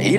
咦，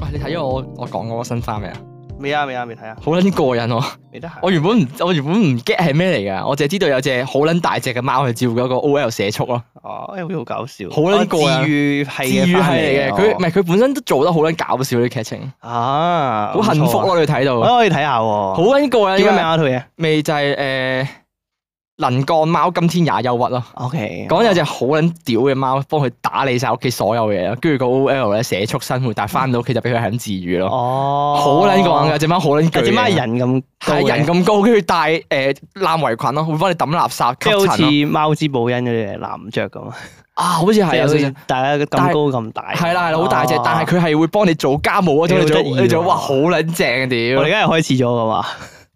喂，你睇咗我我講嗰個新番未啊？未啊，未啊，未睇啊，好撚過癮喎、未得閒。啊我原本唔我原本唔 get 係咩嚟㗎，我淨係知道有隻好撚大隻嘅貓去照嗰個 O L 社畜咯。哦，哎好似好搞笑，好撚過癮哦治愈系治愈嘅係番嚟嘅，哦佢唔係佢本身都做得好撚搞笑啲劇情，啊，好幸福唔錯啊，咯你睇到，我好可以睇下喎。撚過癮。叫咩名因為啊套嘢咪就係誒能幹貓今天也憂鬱咯。 ？O K，講有隻好撚屌嘅貓幫佢打理晒屋企所有嘢咯，跟住個 O L 咧社畜生活，但係翻到屋企就俾佢係咁治愈咯。哦，好撚過癮㗎，隻貓好撚巨啊但嘅。只貓係人咁高係啊嘅，人咁高，跟住戴誒攬圍裙咯，會幫你抌垃圾即吸係好塵咯。似貓之報恩嗰啲嘢男爵咁啊，啊，好似係即有少係少。大家咁但係高咁大。係啦係啦，好大隻哦，但係佢係會幫你做家務啊嗰種，你做屌好得意喎你做哇好撚正啊我哋屌！而家係開始咗噶嘛？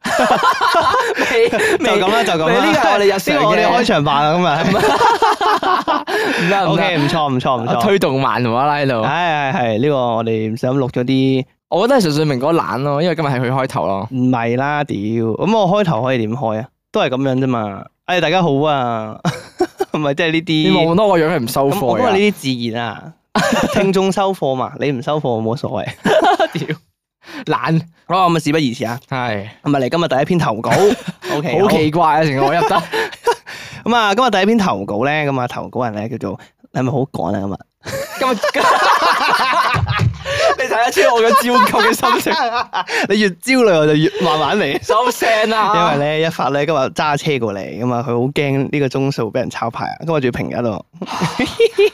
就就 咁啦，就咁啦。呢個係我哋日常呢個我哋開嘅，啊場白啊 啦，今日。 唔得唔 O 得 K，唔錯唔錯唔錯。啊推動漫畫啦喺度。係係啊係，呢個我哋唔想錄咗啲我覺得係純粹明哥懶咯，因為今日係佢開頭咯。唔係啦，屌！咁我開頭可以點開啊？都係咁樣啫嘛。哎，大家好啊， 唔係即係呢你望啲。多個樣係唔收咁貨我都係嘅。呢啲自然啊。聽眾收貨嘛， 你唔收貨冇所謂。屌懶好，咁啊，事不宜遲啊，係咁啊嚟今日第一篇 投稿。O K，好奇怪啊！成個我入 得咁啊，今日第一篇投稿咧，咁啊，投稿人咧叫做係咪好趕啊？今日今日 你睇得出我嘅焦急嘅心情。 你越焦慮我就越慢慢嚟。收聲啊因為啦！咧一發咧今日揸車過嚟，咁啊佢好驚呢個鐘數俾人抄牌啊！今日仲要平日咯，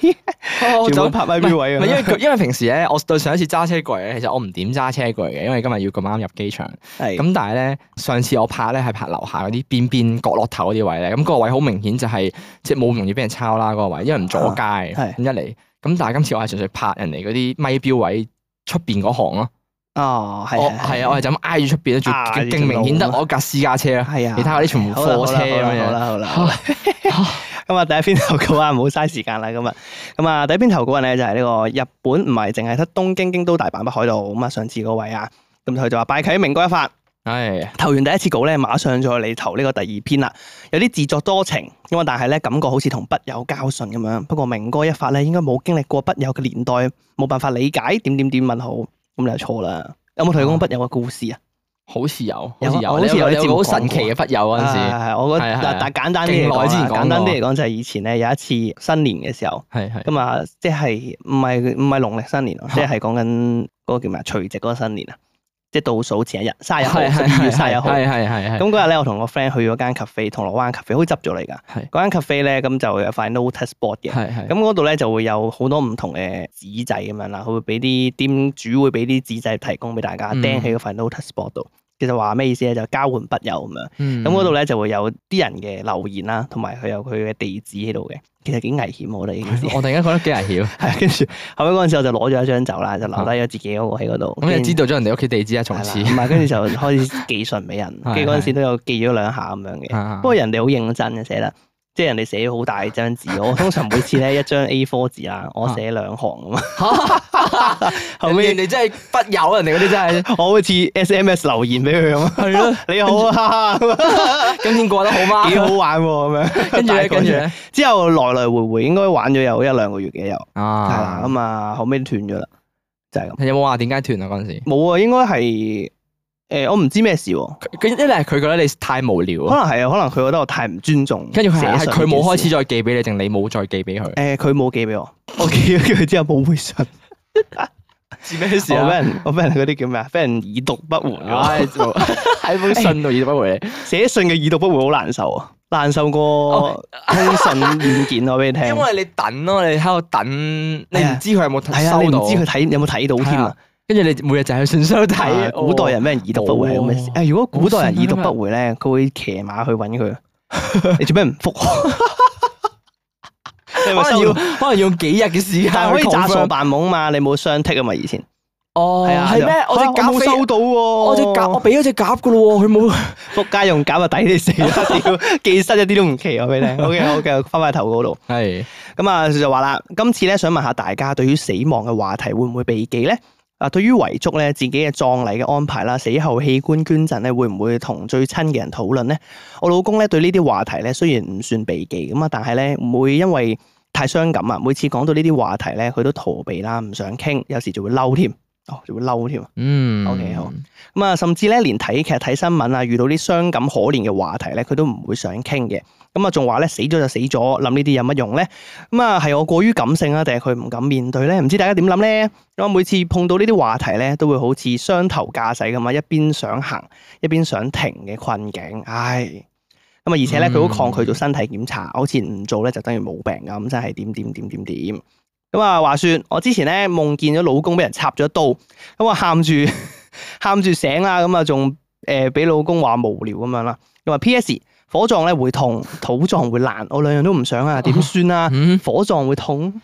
為全部拍咪咪位哦唔係因啊！為佢因為平時咧，我對上一次揸車過嚟咧，其實我唔點揸車過嚟嘅，因為今日要咁啱入機場。係咁但係咧，上次我拍咧係拍樓下嗰啲邊邊角落頭嗰啲位咧，咁、嗰個位好明顯就係、即係冇咁容易俾人抄啦嗰、個位，因為唔阻街係咁一嚟。咁但係今次我係純粹拍人哋嗰啲咪標位出邊嗰行咯，哦，係我係係啊，我係就咁挨住出邊咧，仲啊挨住條勁明顯得路啊我一架私家車啦。係啊！其他嗰啲全部好啦貨車咁好樣。啦好啦好啦，咁啊第一篇投稿啊，唔好嘥時間啦咁啊，咁啊第一篇投稿人咧就係呢個日本唔係淨係得東京、京都、大阪、北海道咁啊，上次嗰位啊，咁佢就話拜啟明哥一發。唉，投完第一次稿咧，馬上再嚟投呢個第二篇啦。有啲自作多情，咁啊，但係咧感覺好似同筆友交順咁樣。不過明哥一發咧，應該冇經歷過筆友嘅年代，冇辦法理解點點點問號，咁你就錯嗯啦。有冇同你講筆友嘅故事啊？好似有，有好似有，我好似有你啲節個目好講過神奇嘅筆友嗰陣時，啊係係我覺得係係嗱，但簡單啲嚟勁耐之前講講過啦，簡單啲嚟講就係以前咧有一次新年嘅時候，係係咁啊，即係唔係唔係農曆新年啊咯，即係講緊嗰個叫咩啊？除夕嗰個新年啊，即係倒數前一日，係係係係三十一號，十二月三十一號。係係係係咁嗰日咧，我同個 friend 去咗間 cafe，銅鑼灣 cafe，好似執咗嚟㗎。係嗰間 cafe 咧，咁就有塊 notice board 嘅。係係咁嗰度咧就會有好多唔同嘅紙仔咁樣啦，佢會俾啲店主會俾啲紙仔提供俾大家嗯釘喺嗰塊 notice board 度。其實話咩意思咧？就交換筆友咁咁樣。咁嗰度咧就會有啲人嘅留言啦，同埋佢有佢嘅地址喺度嘅。其實幾危險，我覺得呢件事。 我突然間覺得幾危 險。係啊跟住後尾嗰陣時，我就攞咗一張走啦，就留低咗自己嗰個喺嗰度。咁跟你住知道咗人哋屋企地址啊，從此係啦唔係跟住就開始寄信俾人， 係跟住嗰陣時都有寄咗兩下咁樣嘅。啊不過人哋好認真嘅寫得，即係人哋寫好大張紙。我通常每次咧一 張 A4 紙啦，我寫兩行咁啊。啊 後人哋尾人哋真係筆友，人哋嗰啲真 係我好似 SMS 留言俾佢咁 啊，係咯。你好啊哈哈咁啊， 今天過得好嗎？幾好玩喎咁樣。跟住大咧，概跟住咧，之後來來回回應該玩咗有一兩個月嘅又係啦，啊，咁啊後尾斷咗啦，就係咁。你有冇話點解斷啊？嗰陣時，冇啊，應該係誒我唔知咩事喎，佢佢一嚟係佢覺得你太無聊可啊，能係啊，可能佢覺得我太唔尊重寫跟信住呢佢件係事。係佢冇開始再寄俾你，定你冇再寄俾佢？誒，佢冇寄俾我，我寄咗佢之後冇回信，是咩啊我俾？人我俾人嗰啲叫咩啊？俾人已讀不回啊！唉， 就喺封信度已讀不回你，寫信嘅已讀不回好難受啊，難受哦過通訊軟件我俾你聽，因為你等咯，你喺度等，你係啊唔知佢有冇係啊，你收唔到。知佢睇有冇睇到添係啊啊！跟住你每日就喺信箱睇啊古代人俾人已讀不回係咁嘅事哦。啊誒，如果古代人已讀好不回咧，佢會騎馬去揾佢。 你做咩唔復我？你哦咪可能收要到，可能要幾日嘅時間但係可以去詐傻 confirm 扮懵嘛？你冇雙剔啊嘛？以前哦，啊，係咩？我隻隻鴿冇飛收到喎，我隻鴿我俾咗隻鴿噶咯喎，佢冇。仆街用鴿啊抵你死啦！屌，寄失一啲都唔奇啊我俾你。OK，好 嘅，翻返去投稿度。係咁啊，就話啦，今次咧想問下大家對於死亡嘅話題會唔會避忌咧？啊，對於遺囑咧，自己嘅葬禮嘅安排啦，死後器官捐贈咧，會唔會同最親嘅人討論咧？我老公咧對呢啲話題咧，雖然唔算避忌咁啊，但係咧唔會因為太傷感啊，每次講到呢啲話題咧，佢都逃避啦，唔想傾，有時就會嬲添，哦，就會嬲添。嗯 OK，好咁啊，甚至咧連睇劇睇新聞啊，遇到啲傷感可憐嘅話題咧，佢都唔會想傾嘅。咁啊，仲話咧死咗就死咗，諗呢啲有乜用咧？咁啊，係我過於感性啊，定係佢唔敢面對咧？唔知大家點諗咧？咁啊，每次碰到呢啲話題咧，都會好似雙頭駕駛咁啊，一邊想行一邊想停嘅困境，唉。咁啊，而且咧佢好抗拒做身體檢查，好似唔做咧就等於冇病啊咁，真係點點點點點。咁啊，話說我之前咧夢見咗老公俾人插咗一刀，咁啊喊住 喊住醒啦，咁啊仲誒俾老公話無聊咁樣啦。咁啊 P.S. 火葬咧會痛，土葬會爛，我兩樣都唔想啊，點算啊？嗯，火葬會痛，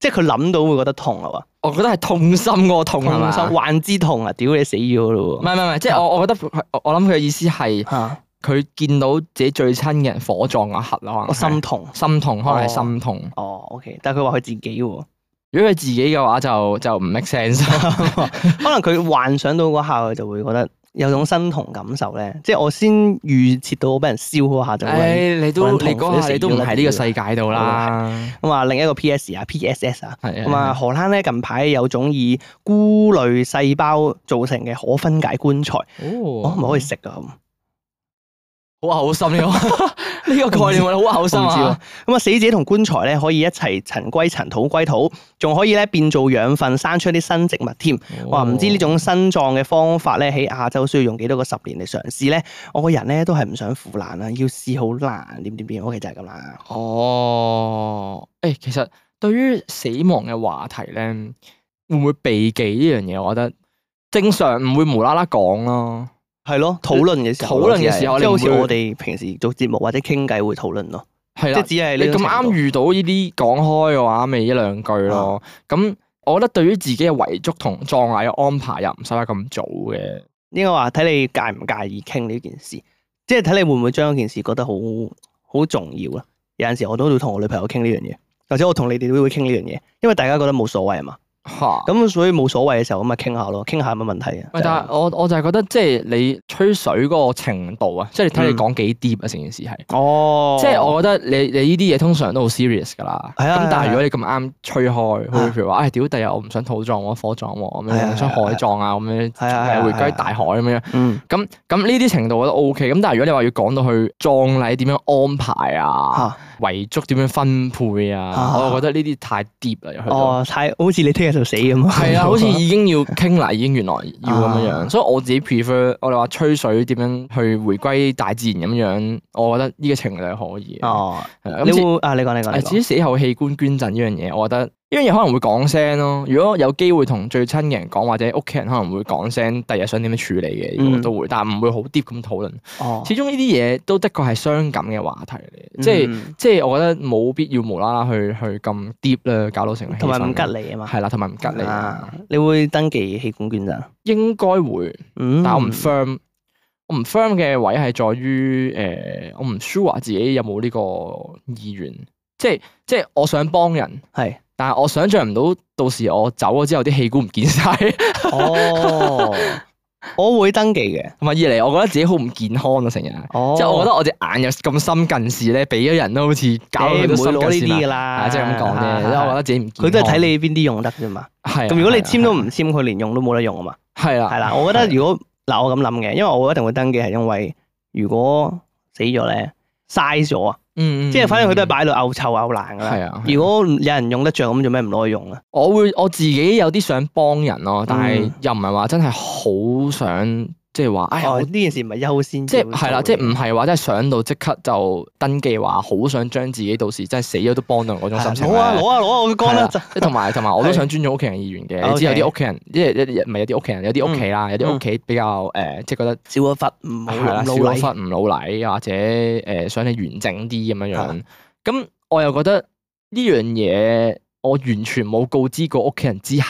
即係佢諗到會覺得痛啊喎，我覺得係痛心啊嗰個痛啊係嘛痛心患之痛啊！屌你死咗唔咯係唔係唔係，即係我我覺得佢我我諗佢嘅意思係啊喎，嚇佢見到自己最親嘅人火葬嗰一刻咯，可能我係心痛。心痛，可能係哦心痛。哦，OK，但係佢話佢自己喎，如果佢自己嘅話就就唔 make sense。可能佢幻想到嗰下，佢就會覺得有種身同感受咧。即係我先預設到我俾人燒嗰下就會唉，你都我諗痛你嗰下你都唔喺呢個世界度啦。咁啊，另一個 P.S. 啊，P.S.S. 啊。係咁啊，，荷蘭咧近排有種以菇類細胞造成嘅可分解棺材，我哦可唔可以食噶？咁好嘔心呢個 呢個概念，我好嘔心我唔知啊喎！咁啊，死者同棺材咧可以一齊塵歸塵，土歸土，仲可以咧變做養分，生出一啲新植物添。哇！唔知呢種新葬嘅方法咧，喺亞洲需要用幾多個十年嚟嘗試咧？我個人咧都係唔想腐爛啊，要試好難點點點。OK 就係咁啦。哦，誒，其實對於死亡嘅話題咧，會唔會避忌呢樣嘢？我覺得正常唔會無啦啦講咯。係咯，討論嘅時候咯，討論嘅時候即係好似你唔會我哋平時做節目或者傾偈會討論咯，係即啦係，只係你呢咁種程啱度遇到呢啲講開嘅話，咪一兩句咯。咁、我覺得對於自己嘅遺囑同葬禮嘅安排又唔使得咁早嘅。應該話睇你介唔介意傾呢件事，即係睇你會唔會將件事覺得好好重要啦。有陣時我都會同我女朋友傾呢樣嘢，或者我同你哋都會傾呢樣嘢，因為大家覺得冇所謂啊嘛。嚇！咁所以冇所謂嘅時候咁咪傾下咯，傾下有乜問題啊？喂，但係我我就係覺得即係你吹水嗰個程度啊，即係你睇你講幾 deep 啊，成件事係。哦，即係我覺得你你呢啲嘢通常都好 serious 㗎啦。係啊咁但係啊啊係如果你咁啱吹開，好似譬如話，唉，屌，第日我唔想土葬喎，火葬喎，咁係啊樣想係啊海葬啊，咁係啊係啊樣回係啊歸大海咁樣。嗯咁咁呢啲程度我覺得 O K，咁但係如果你話要講到去葬禮點樣安排啊、嚇遺囑點樣分配啊，啊我覺得呢啲太 deep 啦，又去到。哦，太好似你聽日就死咁啊！ 係啊，好似已經要傾啦，已經原來要咁樣啊樣，所以我自己 prefer 我哋話吹水點樣去回歸大自然咁樣，我覺得呢個程度係可以嘅。哦，係啊，你咁至會啊？你講你講你誒至於講，死後器官捐贈呢樣嘢，我覺得呢樣嘢可能會講聲咯。如果有機會同最親嘅人講，或者屋企人可能會講聲，第日想點樣處理嘅，呢個嗯我都會，但唔會好 deep 咁討論。哦，始終呢啲嘢都的確係傷感嘅話題嚟，即係嗯即係我覺得冇必要無啦啦去去咁 deep 啦，搞到成個氣氛同埋唔吉利啊嘛，係啦，同埋唔吉利啊，啊！你會登記器官捐贈？應該會，嗯，但我唔 firm，我唔 firm 嘅位係在於誒，我唔 sure 自己有冇呢個意願，即係即係我想幫人，係但係我想象唔到到時我走咗之後啲器官唔見晒， 同哦，我會登記嘅。埋二嚟我覺得自己好唔健康啊，成日。哦即係我覺得我隻眼有咁深近視咧，俾咗人都好似搞到誒佢唔都會深近攞呢視嘛啲噶啦，啊係啊即係咁講啫，因為我覺得自己唔健康啊佢都係睇你邊啲用得啫嘛。係啊。咁如果你簽都係啊唔簽，佢連用都冇得用啊嘛。係啦，係啦，我覺得如果嗱我咁諗嘅，因為我一定會登記，係因為如果死咗咧嘥咗啊，嗯，嗯即係反正佢都係嗯擺到嘔臭嘔爛噶啦。係啊。如果有人用得着，咁做咩唔攞去用啊？我會我自己有啲想幫人咯，但係嗯又唔係話真係好想。即係話，哎呀，哦我呢件事唔係優先即係照做嘅，係啦，即係唔係話即係上到即刻就登記話好想將自己到時真係死咗都幫到人嗰種係啊心情攞啊咧攞啊攞啊，我係講啦啦就即係同埋同埋我係啊都想尊重屋企人意願嘅。 OK 嗯你知有啲屋企人，即係一啲唔係有啲屋企人，有啲屋企啦，有啲屋企比較誒，即係覺得少咗忽，唔好係啦，咁少老咗禮。忽唔老禮，或者誒想你完整啲咁樣樣。咁我又覺得呢樣嘢，我完全冇告知過屋企人之下。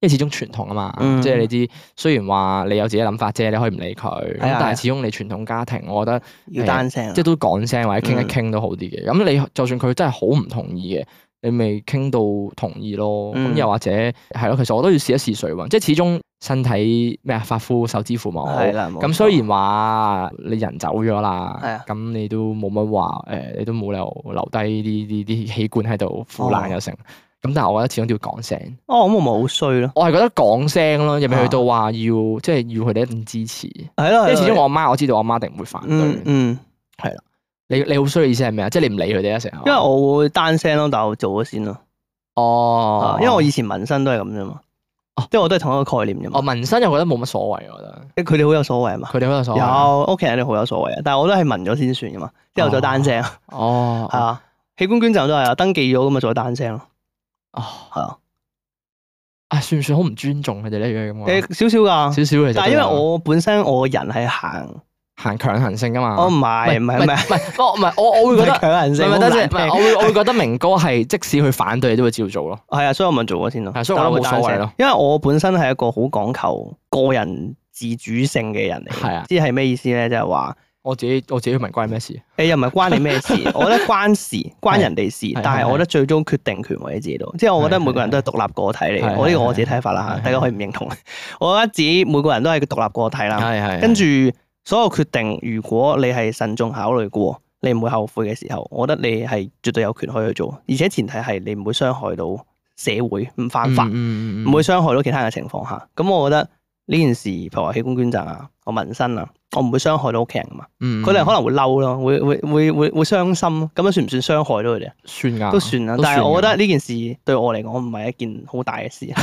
因為始終傳統啊嘛，嗯即係你知，雖然話你有自己諗法啫，你可以唔理佢，咁係啊但係始終你傳統家庭，我覺得要誒單聲啊，即係都講聲或者傾一嗯傾都好啲嘅。咁、你就算佢真係好唔同意嘅，你咪傾到同意咯。咁、嗯又或者係咯，其實我都要試一試水温，即係始終身體咩啊，髮膚受之父母。係啦。冇咁錯雖然話你人走咗係啦啊，咁你都冇乜話誒，你都冇理由留低啲啲啲器官喺度腐哦爛又成。咁但係我覺得始終都要講聲，哦，咁我咪好衰咯，我係覺得講聲咯，又未去啊到話要即係要佢哋一定支持，因係咯，為係始咯終我阿媽我知道我阿媽一定唔會反對嗯。嗯，你你好衰嘅意思係咩啊？即係你唔理佢哋啊成日。因為我會單聲咯，但係我做咗先咯，哦啊，因為我以前紋身都係咁啫嘛哦，即係我都係同一個概念啫我嘛，紋哦身又覺得冇乜所謂，我覺得即係佢哋好有所謂啊嘛，佢哋好有所謂。哦有屋企人都好有所謂啊，但係我都係紋咗先算噶嘛，之後再單聲係哦，係啊，啊，器官捐贈都係啊，登記咗咁咪再單聲咯，哦係啊，啊，算唔算好唔尊重佢哋呢樣咁啊？誒少少㗎。少少其實都有，但係因為我本身我個人係行，哦行強行性噶嘛，我唔係唔係唔啊唔係，係，我唔係我我會覺唔得係。強人唔性，係唔係，等陣，唔係係我會我會覺得明哥係即使佢反對，你都會照做咯。係啊，所以我咪做咗先咯。係所以我覺得冇所謂咯但係我會單聲因為我本身係一個好講求個人自主性嘅人嚟嘅。係啊即係咩意思咧？就係話我自己我自嗯己明關你咩事？誒，又唔係關你 咩事，我覺得關事，關人哋事係。但係係我覺得最終決定權喺自己度。即係我覺得係每個人都係獨立個體嚟係嘅。我呢個係我自己睇法啦係嚇，係大家可以唔認同。 我覺得自己每個人都係個獨立個體啦。係跟住所有決定，如果你係慎重考慮過，你唔會後悔嘅時候，我覺得你係絕對有權可以去做，而且前提係你唔會傷害到社會，唔犯法，唔、嗯會傷害到其他人嘅情況下。咁我覺得呢件事，譬如話器官捐贈啊，我紋身啊，我唔會傷害到屋企人噶嘛。嗯佢哋可能會嬲咯，會會會會會傷心咯，咁樣算唔算傷害到佢哋啊？算㗎，都算啦。但係㗎我覺得呢件事對我嚟講唔係一件好大嘅事。啊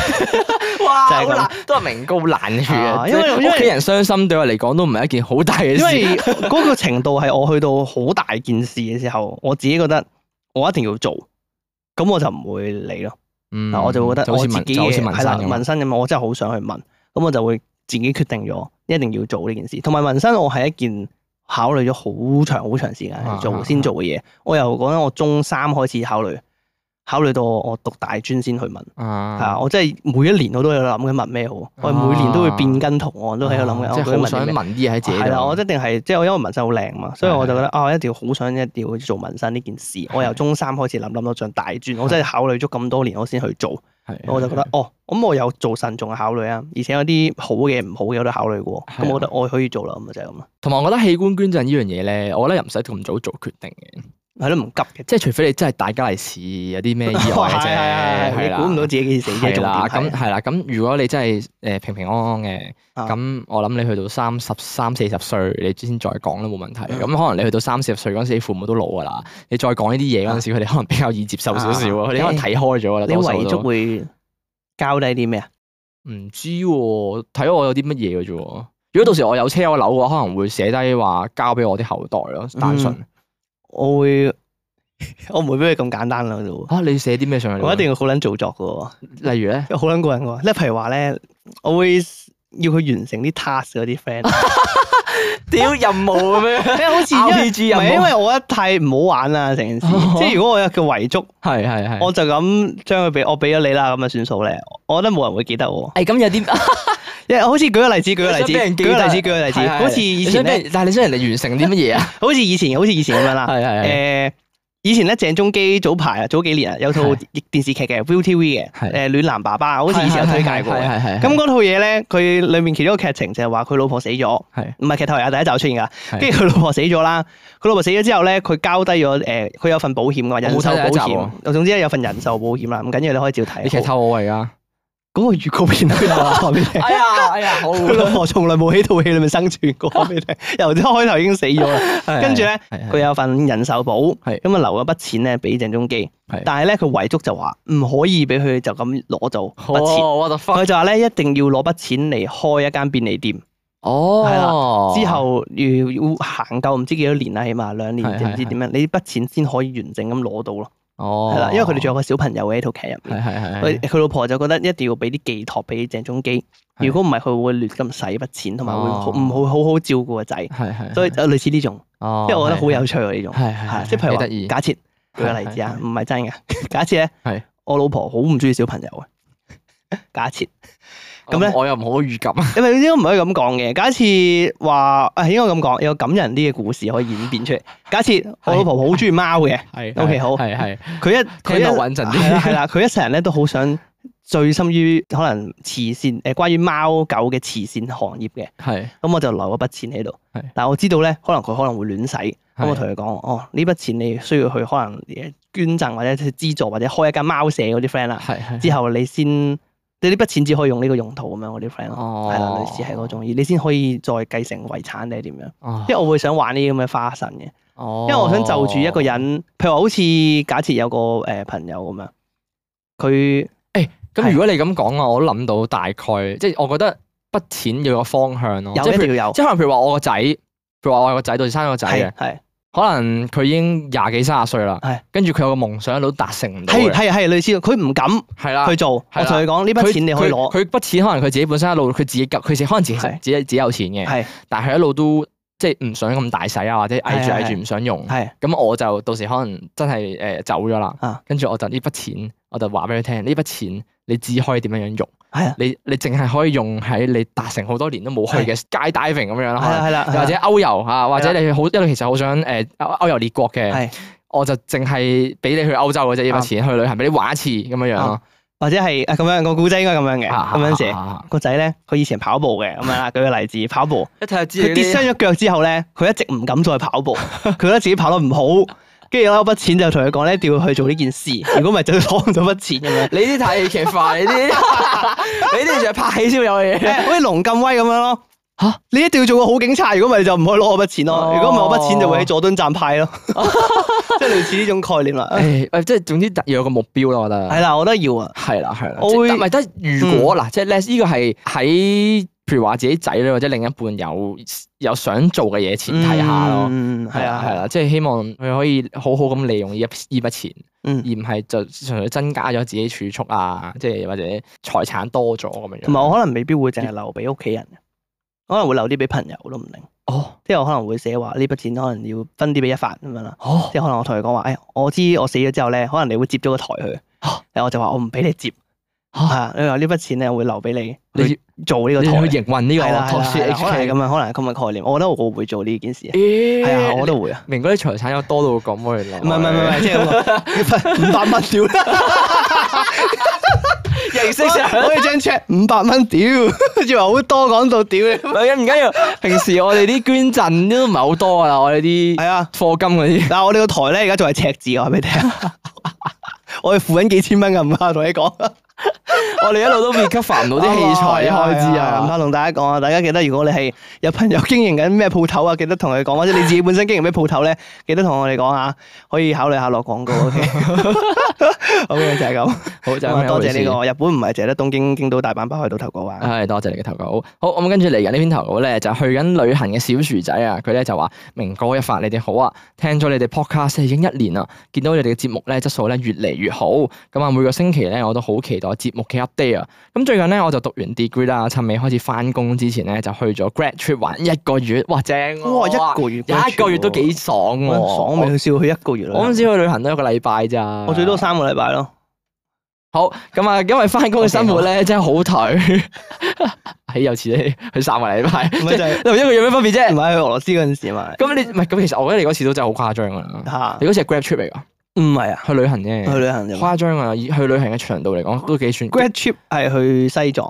哇，就係好咁難，都係明哥好冷血啊啊！因為因為屋企人傷心對我嚟講都唔係一件好大嘅因事。為嗰個程度係我去到好大件事嘅時候，我自己覺得我一定要做，咁我就唔會理咯。嗯嗱我就會覺得好我似自紋己就好似嘅紋係啦，身咁紋身咁，我真係好想去紋，咁我就會自己決定咗一定要做呢件事。同埋紋身，我係一件考慮咗好長好長時間去啊啊做先做嘅嘢。我由講緊我中三開始考慮，考慮到我讀大專先去紋。係啊，啊，我真係每一年我都有諗緊紋咩好，我每年都會變跟圖案，都喺度諗緊啊我即究係竟好紋啲想咩紋啲嘢喺自己度。係啦，我一定係即係我因為紋身好靚嘛，所以我就覺得啊，我一定要好想一定要做紋身呢件事。我由中三開始諗諗到上大專，我真係考慮咗咁多年，我先去做。係我就覺得哦，咁我有做慎重嘅考慮啊，而且有啲好嘅唔好嘅我都考慮過。係啊咁我覺得我可以做啦，咁啊咪就係咁啦。同埋我覺得器官捐贈呢樣嘢咧，我覺得又唔使咁早做決定嘅，係咯，唔急嘅。即係除非你真係大家嚟事有啲咩意外嘅啫， 係係係係你啦估唔到自己幾時死嘅係重點啦，係咁係啦，咁如果你真係誒平平安安嘅，啊咁我諗你去到三十三四十歲，你先再講都冇問題。嗯咁可能你去到三四十歲嗰陣時，你父母都老噶啦，你再講呢啲嘢嗰陣時，佢哋可能比較易接受少少啊，啊佢哋可能睇開咗啦。你多數遺都囑會交低啲咩啊？唔知喎，睇我有啲乜嘢嘅啫喎。如果到時我有車有樓嘅話，可能會寫低話交俾我啲後代咯，單純嗯我會 我唔會俾佢咁簡單啦，我就啊，你寫啲咩上去？我一定要好撚做作嘅喎。例如咧，好撚過癮喎！即係譬如話咧，我會要佢完成啲 task 嗰 啲 friend，屌任務咁樣，即係好似因為 RPG 唔係任務因為我覺得太唔好玩啦成 件事。哦即係如果我有個遺囑， 係係係。我就咁將佢俾我俾咗你啦，咁啊算數咧。我覺得冇人會記得我。誒咁有啲因為好似舉個例子，舉個例子，你想俾人記舉得個例子，舉個例子，係係係好似以你前想俾咧，人，但係你想人哋完成啲乜嘢 啊？好似以前，好似以前咁樣 啦。係係啊誒，以前咧鄭中基早排啊，早幾年啊，有套係電視劇嘅 ViuTV 嘅，係誒《暖男爸爸》，好似以前有推介過嘅。係係咁嗰套嘢咧，佢裡面其中一個劇情就係話佢老婆死咗。係唔係劇透嚟啊，第一集出現噶。係跟住佢老婆死咗啦，佢老婆死咗之後咧，佢交低咗誒，佢有份保險㗎嘛，人我冇壽睇第保一集險。總之咧有份人壽保險啦，唔緊要，你可以照睇。你劇透我而家。好嗰個預告片都 有啊，話俾你聽。哎呀哎呀，好 佢老婆從來冇喺套戲裏面生存過，話俾你聽。由一開頭已經死咗啦。跟住咧，佢有份人壽保，咁啊係留咗筆錢咧俾鄭中基係。但係咧佢遺囑就話唔可以俾佢就咁攞走筆錢。我 what 哦 the fuck？佢就話咧一定要攞筆錢嚟開一間便利店。哦，係啦之後要要行夠唔知幾多年啦，起碼兩年係定唔知係點樣，你筆錢先可以完整咁攞到咯。哦，係啦，因為佢哋仲有個小朋友嘅喺套劇入係面，係佢係佢老婆就覺得一定要俾啲寄託俾鄭中基，係如果唔係佢會亂咁使筆錢，同埋會好哦唔好好好照顧個仔。係係，哦所以就類似呢種，因因為我覺得好有趣喎呢種，係係係即係譬如幾話得意，假設舉個例子啊係，係唔係真嘅， 假設係咧，我老婆好唔中意小朋友嘅， 假設。咁咧我又唔好預感，因為呢都唔可以咁講嘅。假設話啊，應該咁講，有個感人啲嘅故事可以演變出嚟。假設我老婆好中意貓嘅，係 OK，好係係佢一佢聽一落穩陣啲係啦係啦，佢一成日咧都好想醉心於可能慈善誒、關於貓狗嘅慈善行業嘅。係咁我就留咗筆錢喺度係。但我知道咧，可能佢可能會亂使。咁我同佢講，哦，呢筆錢你需要去可能捐贈或者去資助或者開一間貓舍嗰啲 friend 啦。係係之後你先你呢筆錢只可以用呢個用途咁樣，我啲 friend 咯。哦係啦，類似係嗰種，而你先可以再繼承遺產定係點樣？哦因為我會想玩呢啲咁嘅花神嘅，因為我想就住一哦個人，譬如話好似假設有個誒朋友咁樣，啊佢咁如果你咁講啊，我都諗到大概，即係我覺得筆錢要有個方向咯，哦有即係譬一如定要有，即係可能譬如話我個仔，譬如話我有個仔到時生咗個仔啊係嘅，係可能佢已經廿幾卅歲啦係，跟住佢有個夢想一路都達成唔到係嘅，係係類似，佢唔敢係啦去。做。係啦我同佢講呢筆錢你可以攞，佢佢筆錢可能佢自己本身一路佢自己夠，佢自己可能自己係自己自己有錢嘅，係但係佢一路都即係唔想咁大使啊，或者係捱住係捱住唔想用。係咁我就到時可能真係誒走咗啊啦，跟住我就呢筆錢，我就話俾佢聽，呢筆錢你只可以點樣樣用，係啊你你淨係可以用喺你達成好多年都冇去嘅 skydiving 咁樣啦，可係啊能啦係啦，又或者歐遊啊，或者係你好一路其實好想誒歐歐遊列國嘅，係啊我就淨係俾你去歐洲嘅啫，呢筆錢去旅行俾你玩一次咁樣樣咯，或者係啊咁樣個古仔應該咁樣嘅，啊啊咁樣寫。寫，個仔咧，佢以前跑步嘅咁樣啦，舉個例子，跑步。一睇就知佢跌傷咗腳之後咧，佢一直唔敢再跑步，佢覺得自己跑得唔好，跟住攞筆錢就同佢講咧，一定要去做呢件事，如果唔係就攞唔到筆錢咁樣。你啲睇戲劇化，你 啲你啲就係拍戲先會有嘅嘢。誒 好似龍咁威咁樣咯，吓你一定要做個好警察，如果唔係就唔可以攞我筆錢咯哦。如果唔係我筆錢就會喺佐敦站派 咯， 即係類似呢種概念啦。誒誒，即係總之要有個目標咯，我覺得係啦，我覺得要啊，係啦係啦。我即係會嗯但唔係得如果嗱，即係咧呢個係喺譬如話自己仔女或者另一半有有想做嘅嘢前提下咯。嗯，係啊，係係啊，啦，即係希望佢可以好好咁利用呢一呢筆錢，而嗯。唔係就純粹增加咗自己儲蓄啊，即係或者財產多咗咁樣樣。同埋我可能未必會淨係留俾屋企人，可能會留啲俾朋友都唔定。哦即係我可能會寫話呢筆錢可能要分啲俾一發咁樣啦。哦即係可能我同佢講話，誒、哎我知我死咗之後咧，可能你會接咗個台去，嚇誒我就話我唔俾你接，係嚇啊，你話呢筆錢咧會留俾你你去做呢個你台，去營運呢個係啦係 Top 啦係 Shit 啦可能係 HK 咁樣，可能係咁嘅概念。我覺得我會做呢件事，咦係啊，我都會啊。明哥啲財產有多到咁喎，原來唔係唔係唔 係，即係咁講 五百蚊屌 係形式上。 可以張 check 五百蚊屌，以為好多講到屌，唔係唔緊要，平時我哋啲捐贈都唔係好多噶啦，我哋啲係啊。課金嗰啲。但係我哋個台咧而家仲係赤字，我話俾你 聽，我哋付緊幾千蚊㗎，唔怕同你講。我哋一路都 recover 唔到哦啊啲器材嘅啊開支唔啊。怕同大家講啊，大家記得如果你係有朋友經營緊咩鋪頭啊，記得同佢講，或者你自 己本身經營咩鋪頭咧，記得同我哋講啊，可以考慮下落廣告。OK，OK，就係咁。好就咁啊係多謝呢、個日本唔係淨係得東京、京都、大阪、北海道、頭嗰個。灣。係多謝你嘅投稿，好咁跟住嚟緊呢篇投稿咧，就去緊旅行嘅小薯仔啊，佢咧就話：明哥一發你哋好啊，聽咗你哋 podcast 已經一年啦，見到你哋嘅節目咧質素咧越嚟越好，咁啊每個星期咧我都好期待節目嘅 update 啊。咁最近咧我就讀完 degree 啦，趁未開始翻工之前咧就去咗 grad trip 玩一個月，哇正喎哇，一個月一個月都幾爽哇喎，爽未？去試過去一個月啦。我嗰陣時去旅行都一個禮拜咋，我最多三個禮拜 咯。好咁啊，因為翻工嘅生活咧真係好頹， 哎喺又似你去三個禮 拜，唔係就係同一個月有咩分別唔啫？係去俄羅斯嗰陣時嘛咁你唔係咁，其實我覺得你嗰次都真係好誇張噶啦，嚇，你嗰次係 grad trip 嚟噶，唔係啊，去旅行去啫，旅行就誇張啊！以去旅行嘅長度嚟講都幾算 grad 啊 trip 係去西藏，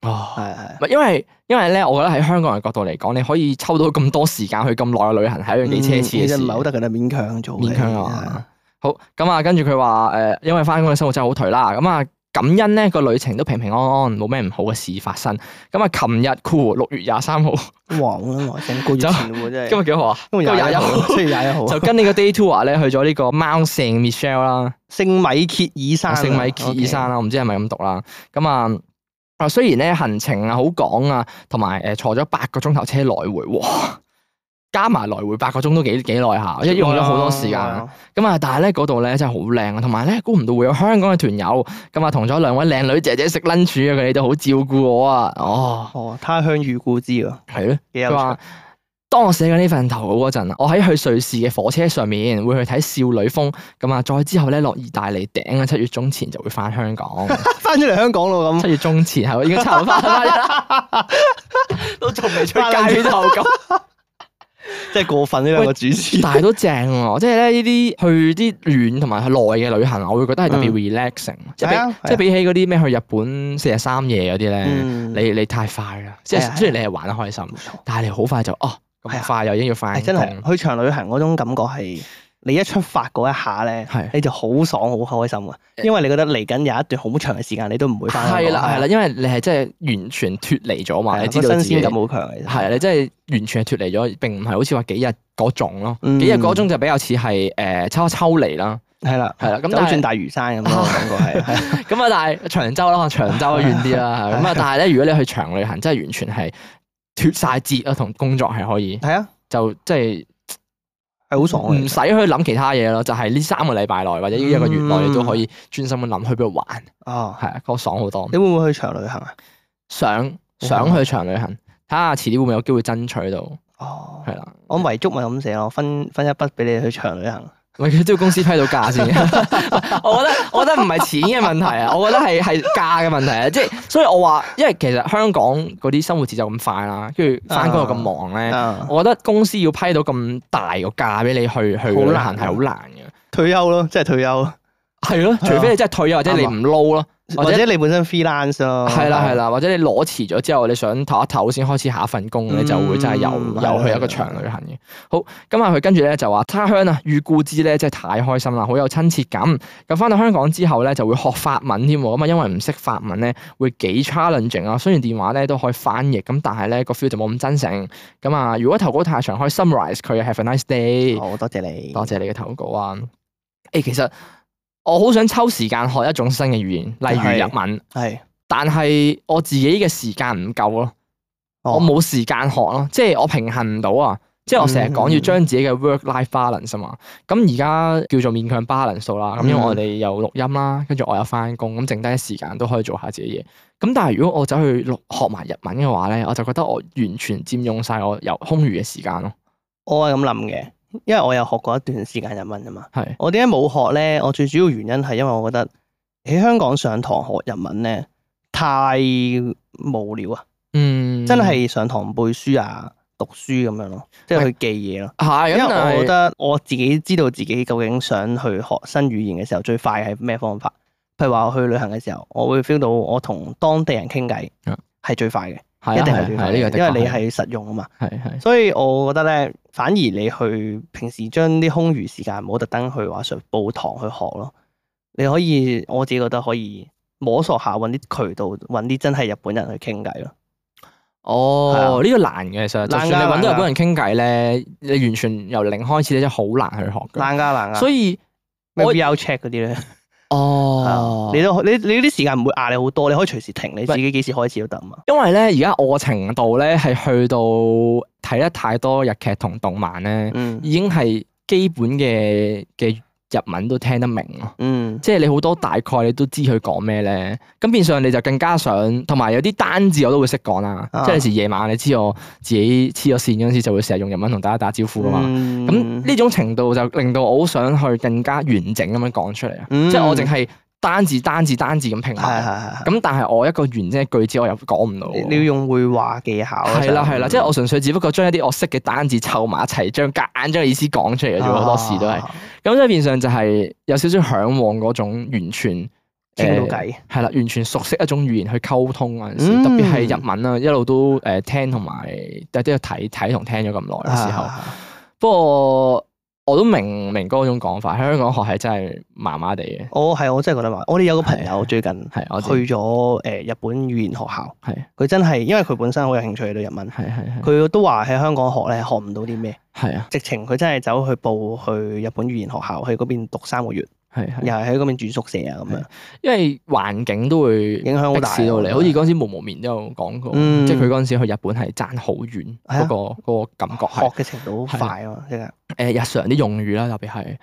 哦係係唔係因為因為咧，我覺得喺香港人角度嚟講，你可以抽到咁多時間去咁耐嘅旅行，係一樣幾奢侈嘅嗯其事實。唔係好得㗎啦，勉強做嘅。勉強係啊。好，咁啊，跟住佢話誒，因為翻工嘅生活真係好頹啦，咁啊。感恩呢個旅程都平平安安，冇咩唔好嘅事發生。咁啊，琴日酷六月廿 三號，哇！咁耐成個月就前喎，真係。今日幾號啊？今日廿一今 日號，七月廿一號，就跟呢個 day tour 咧去咗呢個 Mount Saint Michelle 啦，聖米歇爾山啊，聖米歇爾山啦，我唔知係咪咁讀啦。咁啊，啊，雖然咧行程啊好趕啊，同埋誒坐咗八個鐘頭車來回，哇！加埋來回八個鐘都幾幾耐下，一用咗好多時間。咁啊，但係咧嗰度咧真係好靚啊，同埋咧估唔到會有香港嘅團友，咁啊同咗兩位靚女姐姐食 lunch 啊，佢哋都好照顧我啊，哦，哦，他鄉遇故知喎，係咯。幾有佢話趣。：當我寫緊呢份投稿嗰陣，啊我喺去瑞士嘅火車上面會去睇少女峰，咁啊，再之後咧落意大利頂啊，七月中前就會翻香 港。翻咗嚟香港咯咁，七月中前係咪應該差唔多翻返啦？ 都仲未出街頭咁，即係過分呢兩個主持。 但係都正喎。即係咧呢啲去啲遠同埋去耐嘅旅行，我會覺得係特別嗯 relaxing，即係係比啊係啊即係比起嗰啲咩去日本四日三夜嗰啲咧，嗯你你太快啦。即係啊係係啊雖然你係玩得開心，但係你好快就哦係啊咁快又已經要翻係真工。係去長旅行嗰種感覺係，你一出發嗰一下咧係，你就好爽好開心啊！因為你覺得嚟緊有一段好長嘅時間，你都唔會翻香港。係啦係啦，，因為你係真係完全脱離咗啊係嘛，啊你知個道自新己鮮感好強，其實係啊，你真係完全係脱離咗，並唔係好似話幾日嗰種咯。嗯幾日嗰種就比較似係呃誒抽一抽離啦，係啦係啦。咁就但好似係大嶼山咁咯，感覺係 係咁啊，但係長洲啦，可能長洲遠啲 啦。咁啊，但係咧，如果你去長旅行，真係完全係脱晒節啊，同工作係可以係啊，就即係係好爽唔嘅使去諗其他嘢咯，就係呢三個禮拜內或者呢一個月內，嗯你都可以專心咁諗去邊度玩，哦。係啊，嗰個爽好多。你會唔會去長旅行啊？想想去長旅行，睇下遲啲會唔會有機會爭取到，哦，係啦。我遺囑咪咁寫咯，分分一筆俾你去長旅行。喂，佢都要公司批到價先。 我覺得我覺得唔係錢嘅問題啊，我覺得係係價嘅問題啊。即係所以我話，因為其實香港嗰啲生活節奏咁快啦，跟住翻工又咁忙咧，啊，我覺得公司要批到咁大個價俾你去去好旅難啊行係好難嘅。退休咯，即係退休，係咯，除非你真係退休或者你啊唔撈咯，或或者者你本身 freelance 咯。哦係哦啦係啦，或者你攞辭咗之後，你想唞一唞先開始下一份工，你就會真係又嗯又去一個長旅行嘅。好，咁啊佢跟住咧就話他鄉啊，遇故知咧真係太開心啦，好有親切感。咁翻到香港之後咧就會學法文添喎，咁啊因為唔識法文咧會幾 challenging 啊。雖然電話咧都可以翻譯，咁但係咧個 feel 就冇咁真誠。咁啊，如果投稿太長，可以 summarize 佢啊 have a nice day。好多謝你，多謝你嘅投稿啊！誒、其實我好想抽時間學一種新嘅語言，例如係日文，係但係我自己嘅時間唔夠咯，哦我冇時間學咯，即係我平衡唔到啊！即係我成日講嗯要將自己嘅 work-life balance 啊嘛，咁而家叫做勉強 balance 到啦，咁因為嗯我哋又錄音啦，跟住我又翻工，咁剩低嘅時間都可以做下自己嘢。咁但係如果我走去錄學埋日文嘅話咧，我就覺得我完全佔用晒我由空餘嘅時間咯，我係咁諗嘅，因為我有學過一段時間日文啊嘛。係我點解冇學咧？我最主要原因係因為我覺得喺香港上堂學日文咧太無聊啊，嗯，真係上堂背書啊、讀書咁樣咯，即係去記嘢咯。因係，為咁但我係覺得我自己知道自己究竟想去學新語言嘅時候，最快係咩方法？譬如話我去旅行嘅時候，我會 feel 到我同當地人傾偈嗯係最快嘅，係一啊定係係係最快嘅，呢個的因確為你係實用啊嘛。係係所以我覺得咧，反而你去平時將啲空餘時間唔好特登去話上報堂去學咯。你可以，我自己覺得可以摸索下，揾啲渠道，揾啲真係日本人去傾偈咯。哦，呢個難嘅其實，就啊難算㗎你揾到日難㗎本人傾偈咧，你完全由零開始，你真係好難去學㗎。難噶難噶，所以咩我 VR check 嗰啲咧，，哦啊你都你你啲時間唔會壓你好多，你可以隨時停，你自己幾時開始都得啊嘛。因為咧而家我嘅程度咧係去到睇得太多日劇同動漫咧，嗯已經係基本嘅嘅日文都聽得明咯。嗯，即係你好多大概你都知佢講咩咧，咁變相你就更加想，同埋有啲單字我都會識講啦。啊即係有時夜晚你知我自己黐咗線嗰陣時，就會成日用日文同大家打招呼啊嘛。咁咁呢種程度就令到我好想去更加完整咁樣講出嚟啊！嗯即係我淨係單字單字單字咁拼係係埋，係係，咁但係我一個完整嘅句子我又講唔到你你要喎。用會話技巧啊。係啦係啦，即係我我純粹只不過將一啲我識嘅單字湊埋一齊，將夾硬將意思講出嚟嘅啫啊喎，好多時都係。咁即係變相就係有少少嚮往嗰種完全傾到誒偈。係啦，完全熟悉一種語言去溝通嗰陣時，嗯特別係日文啦，一路都誒聽同埋呃都都有睇睇同聽咗咁耐嘅時候。啊不過我都明明哥嗰種講法，喺香港學係真係麻麻地嘅，我係我真係覺得麻煩。我哋有個朋係友最近係我知去咗誒日本語言學校，係佢真係因為佢本身好有興趣對日文，係係係佢都話喺香港學咧學唔到啲咩，係啊直情佢真係走去報去日本語言學校，去嗰邊讀三個月，係係又係喺嗰邊住宿舍啊咁樣，因為環境都會影響好逼大啊。使到你。好似嗰陣時毛毛面都有講過，嗯即係佢嗰陣時去日本係爭好遠係啊嗰個嗰個感覺學係嘅程度好快啊嘛，即係誒日常啲用語啦，特別係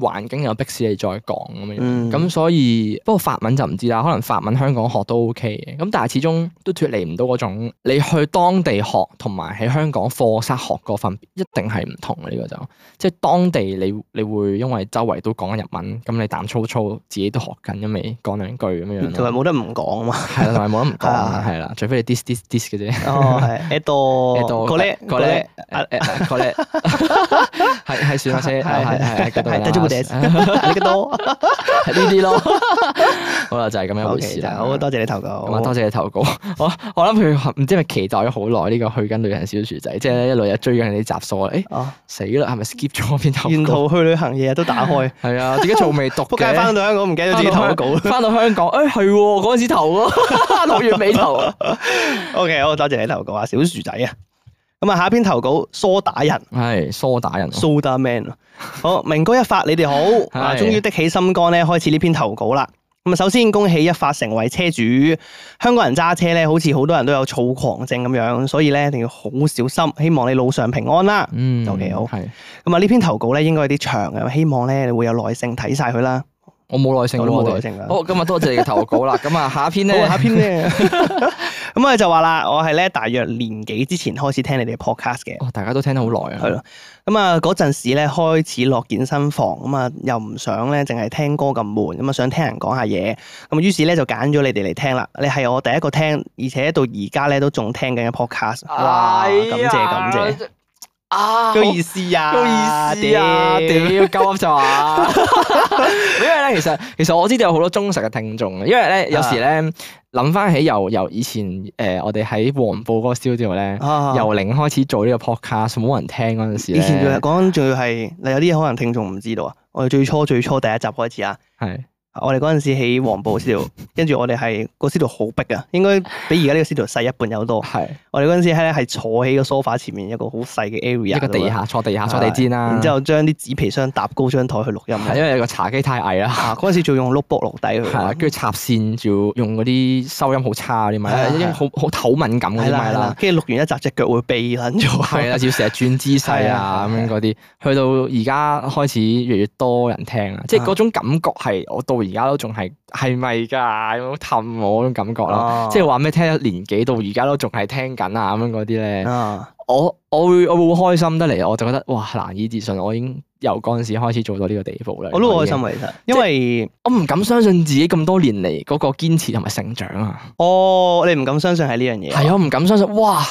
環境有逼使你再講咁樣。嗯咁所以不過法文就唔知啦，可能法文香港學都 OK 嘅，咁但係始終都脱離唔到嗰種你去當地學同埋喺香港課室學嗰分別，一定係唔同嘅呢、個就，即係當地你你會因為周圍都講緊日文，咁你膽粗粗自己都學緊，因為講兩句咁樣同埋咯，冇得唔講啊嘛。 係啦，同埋冇得唔講啊啊，係啦，除非你 dis dis dis 嘅啫。哦，係 e d o 嗰咧嗰嗰咧咧，誒嗰咧，係係算啦 先，係係係嗰度啦，大丈夫です， 你嘅多。 係呢啲咯。好啦，就係咁樣一 O 回事 K，啦。好多謝你投稿咁啊，。多謝你投稿。 我我諗佢唔知係咪期待咗好耐呢個去緊旅行小薯仔，即係嗯一路有追緊你啲集數啊！誒哦，死啦，係咪 skip 咗邊沿投稿？途去旅行，日日都打開，係啊，自己仲未讀 仆街翻嘅。到香港唔記得咗自己投稿。 翻到香港，誒係喎，嗰陣時投喎， 六月尾投。啊 O K，好多謝你投稿啊，小薯仔啊。咁啊，下一篇投稿梳打人係梳打人， ，Soda Man 啊。好，明哥一發，你哋好啊！係終於的起心肝咧，開始呢篇投稿啦。咁啊，首先恭喜一發成為車主。香港人揸車咧，好似好多人都有躁狂症咁樣，所以咧一定要好小心。希望你路上平安啦。嗯 OK，好係咁啊，呢篇投稿咧應該有啲長嘅，希望咧你會有耐性睇晒佢啦。我冇耐性我喎，都我冇哋耐性㗎。好，今日多謝你嘅投稿 啦。咁啊，下一篇好咧啊，下篇咧，咁我就話啦，我係咧大約年幾之前開始聽你哋嘅 podcast 嘅，哦，大家都聽咗好耐啊。係咯咁啊嗰陣時咧開始落健身房，咁啊又唔想咧淨係聽歌咁悶，咁啊想聽人講下嘢，咁啊於是咧就揀咗你哋嚟聽啦。你係我第一個聽，而且到而家咧都仲聽緊嘅 podcast。哇，哎感謝呀感謝， 啊，有意思啊，有意思啊！屌，屌鳩噏就話， 因為咧，其實其實我知道有好多忠實嘅聽眾嘅，啊因為啊咧有時咧諗翻起由由以前誒、呃我哋喺黃埔嗰個 studio 咧， 啊由零開始做呢個 podcast，冇人聽嗰陣時以前仲係咧，講緊仲要係，嗱有啲嘢可能聽眾唔知道啊，我哋最初最初第一集開始啊。係我哋嗰陣時喺黃埔 s t 跟住我哋係個 s t 好逼啊，應該比而家呢個 s t 細一半有多。係我哋嗰陣時咧係坐喺個 sofa 前面一個好細嘅 area，一個地咁樣，下坐地下坐地氈啦，啊然之後將啲紙皮箱搭 高張台去錄係音。因為個茶幾太矮啦。啊，嗰陣時仲用 notebook 落底係啊，跟佢。住插線就用嗰啲收音好差嗰啲咪係啦，啊因為係啊好好唞敏感嗰係啲啦咪係啦啦，，跟住錄完一集隻腳會痹撚咗。 係啦，啊要成日轉姿勢係啊啊咁係樣啊嗰啲，去到而家開始越嚟越多人聽啊，即係啊嗰種感覺係我到而家都仲係係咪㗎？有冇氹我嗰種感覺啦？啊，即係話咩聽咗年幾到而家都仲係聽緊啊咁樣嗰啲咧，啊，我我會我會好開心得嚟，我就覺得哇難以置信，我已經由嗰陣時開始做到呢個地步啦。我都好已開經心，啊，其實，因為我唔敢相信自己咁多年嚟嗰個堅持同埋成長啊！哦，你唔敢相信係呢樣嘢。係啊，我唔敢相信，哇！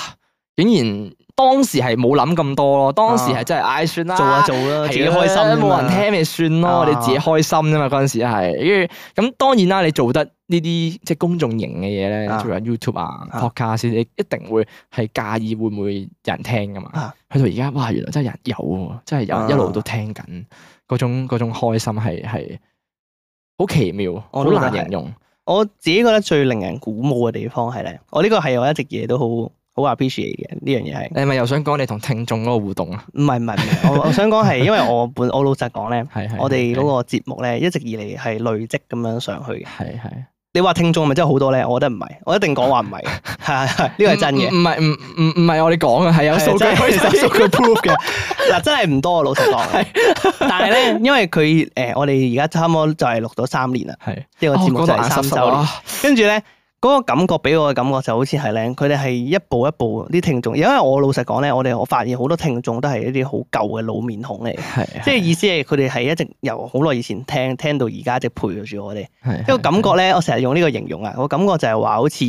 竟然當時係冇諗咁多咯，當時係真係唉算啦，做啊做啦，係自己開心啦啫嘛冇人聽咪算咯，啊你自己開心啫嘛，嗰陣時係，跟住咁當然啦，你做得呢啲即係公眾型嘅嘢咧，啊譬如話 YouTube 啊、啊 Podcast，你一定會係介意會唔會有人聽噶嘛啊？去到而家，哇！原來真係有人有喎，真係有人啊一路都聽緊，嗰種嗰種開心係係好奇妙，好我都覺得難係形容。我自己覺得最令人鼓舞嘅地方係咧，我呢個係我一直嘢都好好 appreciate 嘅呢樣嘢係，你係咪又想講你同聽眾嗰個互動啊？唔係唔係唔係，我我想講係因為我本我老實講咧，係係，我係哋嗰個節目咧一直以嚟係累積咁樣上去嘅。係係，呢你話聽眾係咪真係好多咧？我覺得唔係，我一定講話唔 係嘅，係係係呢個係真嘅唔。唔係唔唔唔係我哋講嘅，啊係有係啊數據真可以係睇有數據 proof 嘅，嗯嗱真係唔多，老實講。但係咧，因為佢誒，我哋而家差唔多就係錄咗三年啦，係呢個節哦目就係三週年。啊，跟住咧，嗰、個感覺俾我嘅感覺就好似係咧，佢哋係一步一步啲聽眾，因為我老實講咧，我哋我發現好多聽眾都係一啲好舊嘅老面孔嚟嘅，係即係係意思係佢哋係一直由好耐以前聽聽到而家，一直陪住我哋。係因為感覺咧，我成日用呢個形容啊，我感覺就係話好似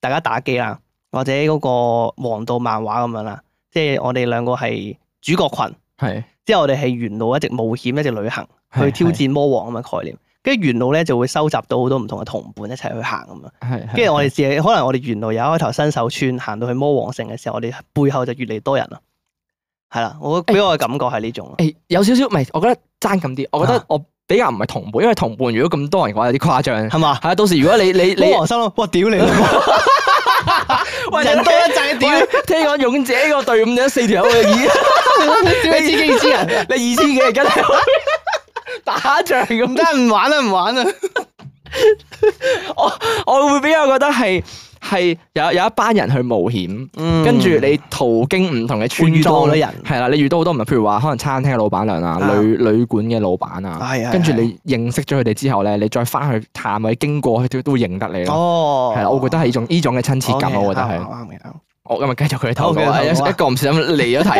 大家打機啦，或者嗰個黃道漫畫咁樣啦，即係我哋兩個係主角群，係之後我哋係沿路一直冒險，一直旅行。去挑戰魔王咁嘅概念。跟住沿路咧就會收集到好多唔同嘅同伴一齊去行咁樣。係，係跟住我哋自己，可能我哋沿路由一開頭新手村行到去魔王城嘅時候，我哋背後就越嚟越多人啦。係啦，我俾我嘅感覺係 呢種咯。誒有少少唔係，我覺得爭咁啲，我覺得我比較唔係同伴，因為同伴如果咁多人嘅話有啲誇張。係嘛？係啊，到時如果你你你魔王心諗：哇！屌你老 母，人多一陣屌，喂 聽講勇者個隊伍 有四條友嘅，已經你知幾知人？ 你二千幾人跟，打打仗咁唔得，唔玩啦，唔玩啦。我會比較覺得係係有有一班人去冒險，嗯跟住你途經唔同嘅村會遇到好莊多人係啦，你遇到好多唔同，譬如話可能餐廳嘅老闆娘啊啊、旅旅館嘅老闆啊，係係跟住係你認識咗佢哋之後咧，你再翻去探或者經過佢都都會認得你咯。哦，係啦，我覺得係呢種呢種嘅親切感，啊 OK，我覺得啱係。啱啱啱我今日繼續佢嘅投稿好啊，嘅一好啊一個唔小心離咗 題。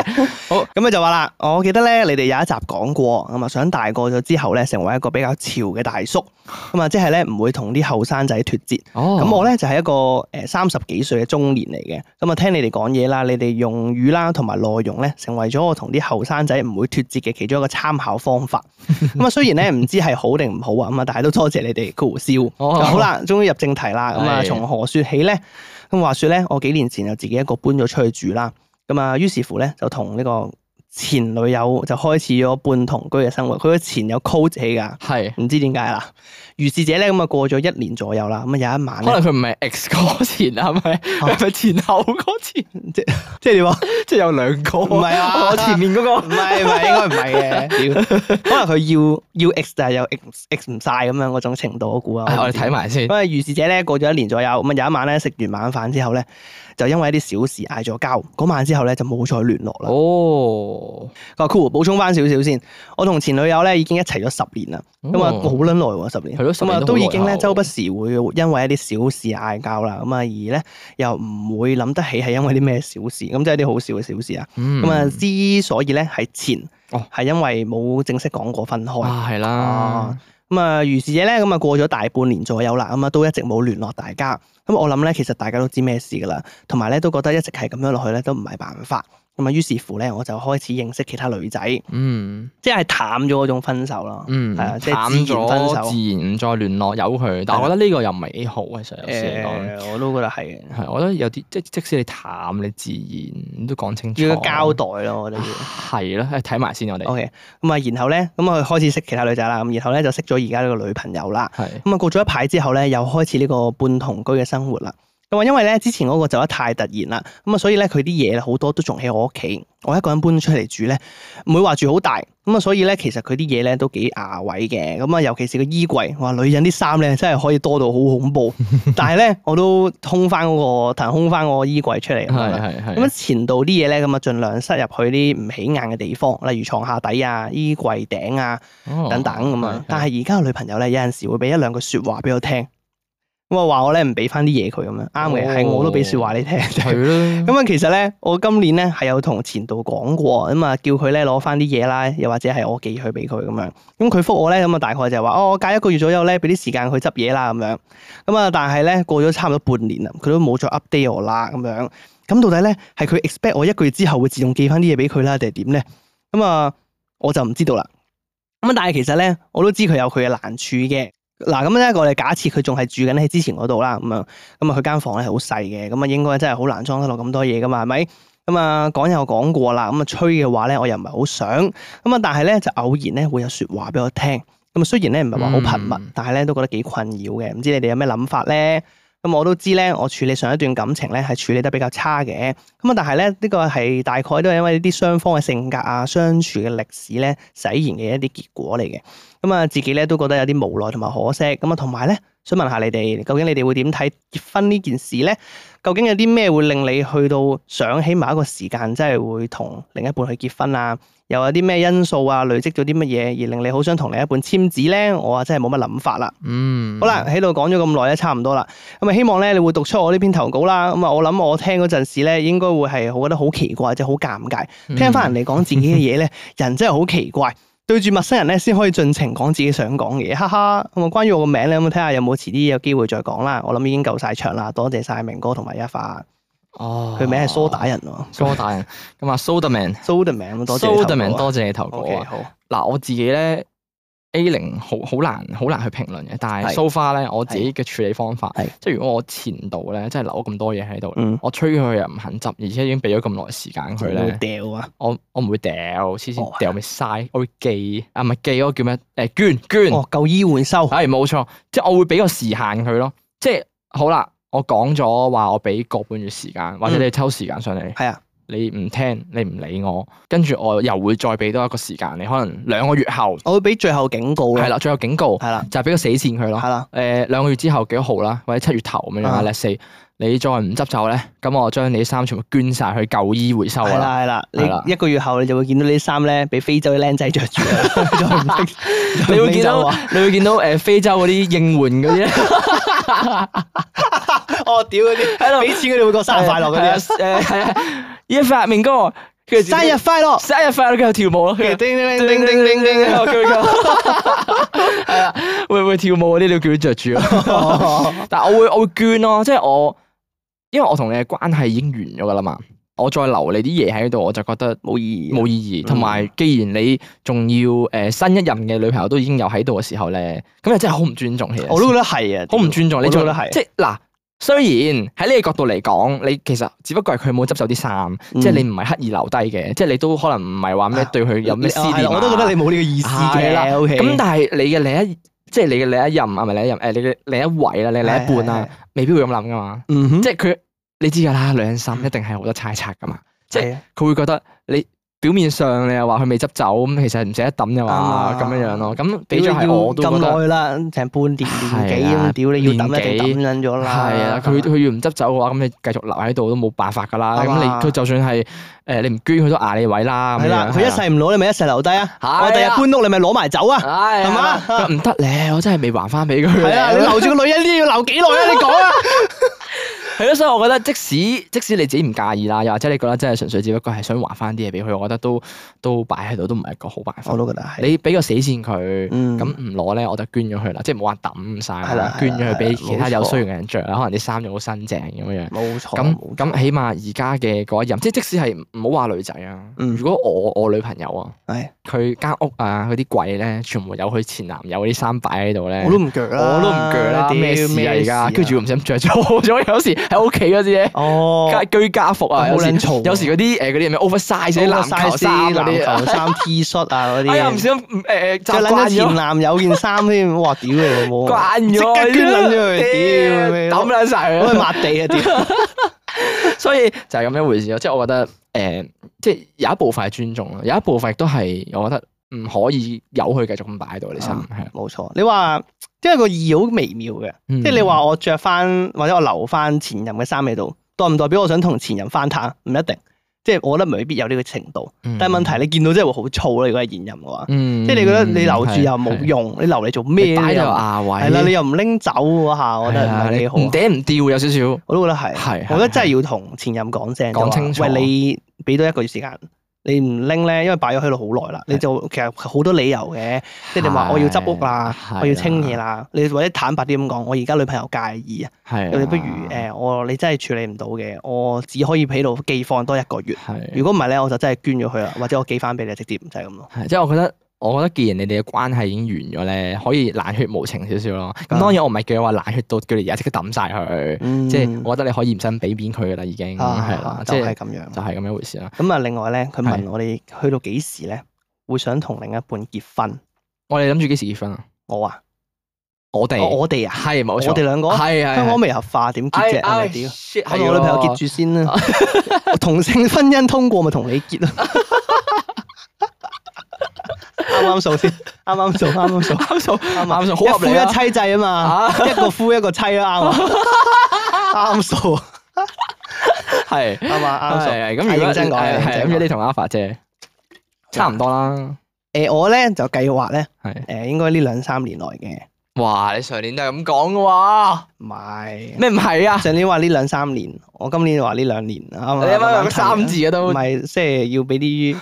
咁佢就話啦，我記得咧，你哋有一集講過，咁啊想大個咗之後咧，成為一個比較潮嘅大叔，咁啊即係咧唔會同啲後生仔脱節。哦咁我咧就係一個誒三十幾歲嘅中年嚟嘅，咁啊聽你哋講嘢啦，你哋用語啦同埋內容咧，成為咗我同啲後生仔唔會脱節嘅其中一個參考方法。咁啊雖然咧唔知係好定唔好啊，咁啊但係都多謝你哋酷笑。哦好啦，終於入正題啦。咁啊，係從何説起咧？咁話説咧，我幾年前就啊自己一個搬咗出去住啦。咁啊，於是乎咧就同呢個前女友就開始咗半同居嘅生活。佢嘅前有 call 自己㗎，係，唔知點解啦。如是者咧咁啊，過咗一年左右啦。咁啊有一晚可咧，能佢唔係 X 嗰前啊，係 咪係咪前後嗰前，即係點啊？即係有兩個。唔係啊我前面嗰個唔係唔係，應該唔係嘅。屌可能佢要要 X 但係又 X X 唔晒咁樣嗰種程度，我估啊。哎我唔哋知睇埋先咁。啊，如是者咧過咗一年左右，咁啊有一晚咧食完晚飯之後咧，就因為一啲小事嗌咗交，嗰晚之後咧就冇再聯絡啦。哦，佢話 cool，補充翻少少先，我同前女友咧已經一齊咗十年啦，咁啊好撚耐喎十年，係咯十咁年啊都都好已耐經咧啦周不時會因為一啲小事嗌交啦，咁啊而咧又唔會諗得起係因為啲咩小事，咁即係啲好少嘅小事啊。咁咁啊，之所以咧係前，嗯哦係因為冇正式講過分開。啊係啊啦，咁啊，如是者咧，咁啊過咗大半年左右啦，咁啊都一直冇聯絡大家。咁我諗咧，其實大家都知咩事噶啦，同埋咧都覺得一直係咁樣落去咧都唔係辦法。咁啊，於是乎咧，我就開始認識其他女仔，嗯即係淡咗嗰種分手啦。嗯，係啊，即淡係自然分咗，手。自然唔再聯絡，由佢。但係我覺得呢個又唔係 A 好，其實有時嚟講，誒，我都覺得係嘅，係我覺得有啲即即使你淡，你自然你都講清楚，要個交代咯，我覺得要。 係啦，誒睇埋先我哋 OK，咁啊，然後咧，咁啊開始識其他女仔啦，咁然後咧就識咗而家呢個女朋友啦。係咁啊，過咗一排之後咧，又開始呢個半同居嘅生活啦。咁啊，因為咧之前嗰個走得太突然啦，咁啊，所以咧佢啲嘢好多都仲喺我屋企，我一個人搬出嚟住咧，唔會話住好大，咁啊，所以咧其實佢啲嘢咧都幾牙位嘅，咁啊，尤其是個衣櫃，哇，女人啲衫咧真係可以多到好恐怖， 但係咧我都空翻嗰個騰空翻個衣櫃出嚟咁樣係啦。係咁啊，係。前度啲嘢咧，咁啊，盡量塞入去啲唔起眼嘅地方，例如床下底啊、衣櫃頂啊，哦等等咁係啊係。但係而家嘅女朋友咧，有陣時會俾一兩句説話俾我聽，咁啊話我咧唔俾翻啲嘢佢咁樣，啱嘅，係哦我都俾説話你聽。係咁啦，啊，其實咧，我今年咧係有同前度講過，咁啊叫佢咧攞翻啲嘢啦，又或者係我寄去俾佢咁樣。咁佢覆我咧，咁啊大概就係話，哦，我隔一個月左右咧，俾啲時間佢執嘢啦咁樣。咁啊，但係咧過咗差唔多半年啦，佢都冇再 update 我啦咁樣。咁到底咧係佢 expect 我一個月之後會自動寄翻啲嘢俾佢啦，定係點咧？咁啊，我就唔知道啦。咁但係其實咧，我都知佢有佢嘅難處嘅。嗱咁咧，我哋假設佢仲係住緊喺之前嗰度啦，咁樣咁啊，佢間房咧係好細嘅，咁啊應該真係好難裝得落咁多嘢噶嘛，係咪？咁啊講又講過啦，咁啊吹嘅話咧，我又唔係好想，咁啊但係咧就偶然咧會有説話俾我聽，咁啊雖然咧唔係話好頻密嗯，但係咧都覺得幾困擾嘅，唔知你哋有咩諗法咧？咁我都知咧，我處理上一段感情咧係處理得比較差嘅，咁啊，但係咧，呢個係大概都係因為呢啲雙方嘅性格啊、相處嘅歷史咧，使然嘅一啲結果嚟嘅。咁啊，自己咧都覺得有啲無奈同埋可惜。咁啊，同埋咧，想問下你哋，究竟你哋會點睇結婚呢件事咧？究竟有啲咩會令你去到想起某一個時間，真係會同另一半去結婚啊？又有啲咩因素啊，累積咗啲乜嘢而令你好想同另一半簽字咧？我啊真係冇乜諗法啦。嗯，好啦，喺度講咗咁耐咧，差唔多啦。咁啊，希望咧你會讀出我呢篇投稿啦。咁啊，我諗我聽嗰陣時咧，應該會係我覺得好奇怪或者好尷尬。嗯，聽翻人哋講自己嘅嘢咧，人真係好奇怪。對住陌生人咧，先可以盡情講自己想講嘅嘢，哈哈。咁啊，關於我個名咧，咁啊睇下有冇遲啲有機會再講啦。我諗已經夠晒長啦，多謝晒明哥同埋一發。哦，佢名係蘇打人喎，蘇打人，咁啊蘇打 man，蘇德名咁多謝你投稿啊。蘇打 man 多謝你投稿 OK，啊！好。嗱，我自己咧 A 零好好難好難去評論嘅，但係係 so far 咧我自己嘅處理方法係，即係如果我前度咧，即係留咗咁多嘢喺度，嗯，我催佢又唔肯執，而且已經俾咗咁耐時間佢會咧，掉啊。我我唔會掉，黐哦線掉咪嘥，我會寄啊唔係寄嗰個叫咩？誒捐捐，哦，舊醫換收。係冇錯，即係我會俾個時限佢咯，即係好啦，我講咗話我俾個半月時間，或者嗯你抽時間上嚟，係啊，你唔聽，你唔理我，跟住我又會再俾多一個時間你，可能兩個月後我會俾最後警告啦，係啦，最後警告係啦，就係俾個死線佢咯。係啦，誒兩個月之後幾多號啦，或者七月頭咁樣啦啊，let's say 你再唔執走咧，咁我將你啲衫全部捐晒去舊衣回收係㗎啦。啊啦，係啦，係啦你一個月後你就會見到呢啲衫咧，俾非洲啲僆仔着住啦， 再唔拎你會見再唔到拎走啊你會見到誒非洲嗰啲應援嗰啲咧，哦，屌嗰啲，喺度俾錢佢哋會過生日快樂嗰啲啊，啲誒係啊，依發明哥，跟住啊生日快樂，生日快樂，跟住跳舞咯，跟叮住叮叮叮叮叮叮，佢係啊，會唔會跳舞嗰啲你要叫佢着住咯？但我會我會捐咯，即係我因為我同你嘅關係已經完咗㗎啦嘛，我再留你啲嘢喺度，我就覺得。 冇意義，啊冇意義，同埋既然你仲要誒、呃新一任嘅女朋友都已經有喺度嘅時候咧，咁你真係好唔尊重其實，我都覺得係啊，好唔尊重你我做都覺得係即係嗱。雖然喺呢個角度嚟講，你其實只不過係佢冇執走啲衫，嗯即係你唔係刻意留低嘅，即係你都可能唔係話咩啊對佢有咩思你念哦係啦我都覺得你冇呢個意思係啦嘅，OK，咁但係你嘅另一即係你嘅另一任啊，唔係另一任誒，你嘅另一位啦，你嘅另一半係係啦係，未必會咁諗噶嘛。啊嗯哼，即係佢你知㗎啦，女人心一定係好多猜測噶嘛。即係係啊佢會覺得你表面上你又話佢未執走，咁其實唔捨得抌又話啊咁樣樣咯。咁俾俾咗咗係我都覺咁得耐啦，成半年年幾係啊咁，屌你要抌年一幾定抌撚咗係啦。啊，佢佢要唔執走嘅話，咁你繼續留喺度都冇辦法噶啦。啱咁啊你佢就算係誒你唔捐，佢都壓你位啦。咁係啊啦樣，佢一世唔攞你咪一世留低啊！係啊我第日搬屋你咪攞埋走啊！係係嘛係啦唔得咧，我真係未還翻俾佢。係啊，你留住個女人呢要留幾耐啊？你講啊！係咯，所以我覺得即使即使你自己唔介意啦，又或者你覺得真係純粹只不過係想還翻啲嘢俾佢，我覺得都都擺喺度都唔係一個好辦法 我。都覺得係，你俾個死線佢，嗯咁唔攞咧我就捐咗佢啦，即係冇話抌晒係啦啦，捐咗係佢啦俾其他冇錯有需要嘅人着啦，可能啲衫就好新淨咁樣。冇錯。咁咁起碼而家嘅嗰一任，即係即使係唔好話女仔啊，嗯如果我我女朋友啊，係佢間屋啊嗰啲櫃咧，全部有佢前男友嗰啲衫擺喺度咧，我都唔鋸啦，我都唔鋸啦，屌咩事啊而家？跟住咩事啊唔小心着錯咗，有時喺屋企嗰啲咧。哦，家居家服啊，有好時撚嘈啊有時嗰啲誒嗰啲咩 oversize 嗰啲籃球衫嗰啲籃球啊，衫 T 恤啊嗰啲，哎呀唔小心誒誒就習撚慣咗前咗，男友件衫添，哇！屌你老 母，慣咗哦哎即刻捐撚咗佢，屌你老抌母撚晒我去佢，抹 地啊！屌，所以就係咁樣回事咯。即係我覺得誒，即係有一部分係尊重咯，有一部分亦都係我覺得唔可以由佢繼續咁擺喺度啲衫，係啊冇錯。你話即係個意義好微妙嘅，嗯即係你話我着翻或者我留翻前任嘅衫喺度，代唔代表我想同前任翻攤？唔一定，即係我覺得未必有呢個程度。嗯但係問題你見到真係會好燥啦，如果係現任嘅話，嗯即係你覺得你留住又冇係用，你留嚟做你咩擺咧？喺又度牙位，係啦，你又唔拎走嗰下，我覺得唔係啊係幾好你啊唔。嗲唔吊有少少。我都覺得係，係我覺得真係係要同前任講聲，講清楚就話喂，你俾多一個月時間，你唔拎咧，因為擺咗喺度好耐啦，你就其實好多理由嘅，即係你話我要執屋啊啦係，啊我要清嘢啦，你或者坦白啲咁講，我而家女朋友介意啊，係咁你不如啊誒我你真係處理唔到嘅，我只可以喺度寄放多一個月。係如果唔係咧，我就真係捐咗佢啦，或者我寄翻俾你，直接就係咁咯。係即係我覺得，我覺得既然你哋嘅關係已經完咗咧，可以冷血無情少少咯。咁啊當然我唔係叫你話冷血到叫你而家即刻抌晒佢，嗯即係我覺得你可以唔使俾面佢噶啦，已經係啦啊，，即就係係咁樣。就係咁樣一回事啦。咁啊，另外咧，佢係問我哋去到幾時咧，會想同另一半結婚？我哋諗住幾時結婚啊？我啊，我哋我我哋啊，係冇我錯，哋兩個啊係哎係香港未合法點結啫？係咪屌？哎我同我女朋友結住。住 先啦，我同性婚姻通過咪同你結啦。啱啱數先，啱啱數，啱啱數，啱數啱啱數，一好夫合理啊一！妻制啊嘛，一個夫一個妻啦，啱啊，啱數，係啱啊，啱數。係係咁，如果認真講係認係咁，真如講果你同阿 Alpha 姐差唔多啦，誒，我咧就計劃咧，係誒，應該呢兩三年內嘅，哇！你上年都係咁講嘅喎，唔係。咩唔係啊？上年話呢兩三年，我今年話呢兩年，啱啊啱你啱啱有個三字字嘅都唔係即係要俾啲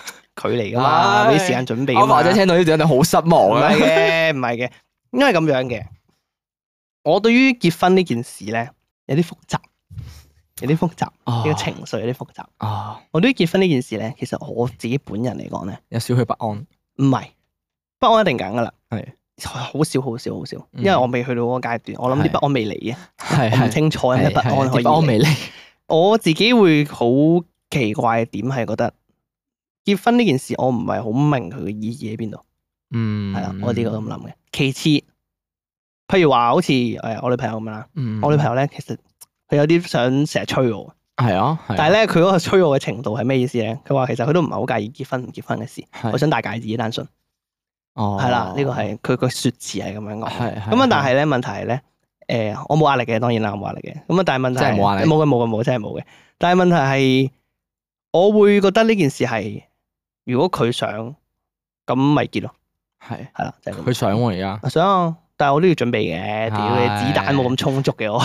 距離噶嘛，唉俾啲時間準備㗎我嘛。或者聽到呢段，你好失望唔啊 係！嘅，唔係嘅，因為咁樣嘅，我對於結婚呢件事咧，有啲複雜，有啲複雜，呢呢個情緒有啲複雜。啊，我對於結婚呢件事咧，其實我自己本人嚟講咧，有少許不安。唔係不安一定緊噶啦，係好少好少好少，嗯因為我未去到嗰個階段，我諗係啲不安未嚟嘅，係我唔清楚有咩不安可以不安嚟。未嚟。我自己會好奇怪嘅點係覺得結婚呢件事，我唔係好明佢嘅意義喺邊度。嗯係啦，我自己咁諗嘅。其次，譬如話好似誒我女朋友咁樣啦，嗯我女朋友咧其實佢有啲想成日催我，係啊，係啊但係咧，佢嗰個催我嘅程度係咩意思咧？佢話其實佢都唔係好介意結婚唔結婚嘅事，係我想戴戒指呢單信哦係啦，呢個係佢個説辭係咁樣講。係係咁啊，但係係咧問題係咧，誒、我冇壓力嘅，當然啦，我冇壓力嘅。咁啊，但係問題真係冇壓力冇嘅冇嘅冇，真係冇嘅。但係問題係，我會覺得呢件事係，如果佢想，咁咪結咯，係係啦，就係、佢想喎而家咁。想啊，但係我都要準備嘅，屌你係子彈冇咁充足嘅 我，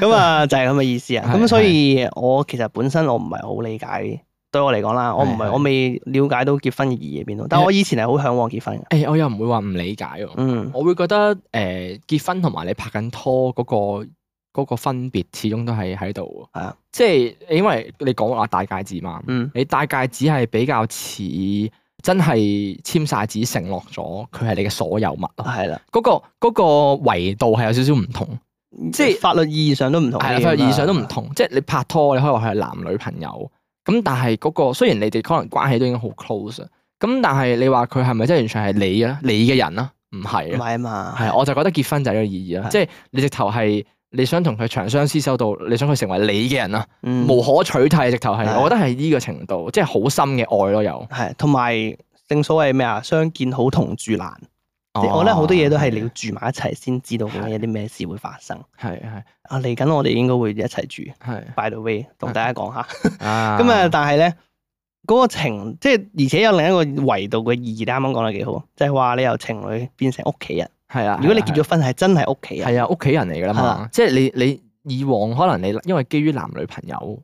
咁啊就係咁嘅意思啊。係咁所以我其實本身我唔係好理解。對我嚟講啦，我唔係係係我未了解到結婚嘅意義喺邊度，但係我以前係好向往結婚嘅，誒，我又唔會話唔理解喎。嗯，我會覺得誒結婚同埋你拍緊拖嗰個嗰個分別，始終都係喺度喎。係啊，即係因為你講話戴戒指嘛。嗯，你戴戒指係比較似真係簽晒紙承諾咗佢係你嘅所有物咯。係啦，嗰、個嗰、個維度係有少少唔同，即即係係法律意義上都唔同啲係㗎啦，嘛，佢意義上都唔同。即係你拍拖，你可以話佢係男女朋友，咁但係嗰、個雖然你哋可能關係都已經好 close 啊，咁但係你話佢係咪真係完全係你啊？你嘅人啦，唔係唔啊，係啊嘛，係啊我就覺得結婚就係呢個意義啦。係即係你直頭係你想同佢長相廝守到，你想佢成為你嘅人啊，嗯無可取替，直頭係，係我覺得係呢個程度，即係好深嘅愛咯，又。係同埋正所謂咩啊，相見好同住難。哦即係我覺得好多嘢都係你要住埋一齊先知道究竟有啲咩事會發生。係係啊，嚟緊我哋應該會一齊住。係 By the way，同大家講下。啊 咁啊，但係咧嗰個情，即係而且有另一個維度嘅意義，你啱啱講得幾好，就係話你由情侶變成屋企人。啊係啦，如果你結咗婚，係真係屋企人。係啊，屋企人嚟㗎啦係嘛啦，即係你你以往可能你因為基於男女朋友，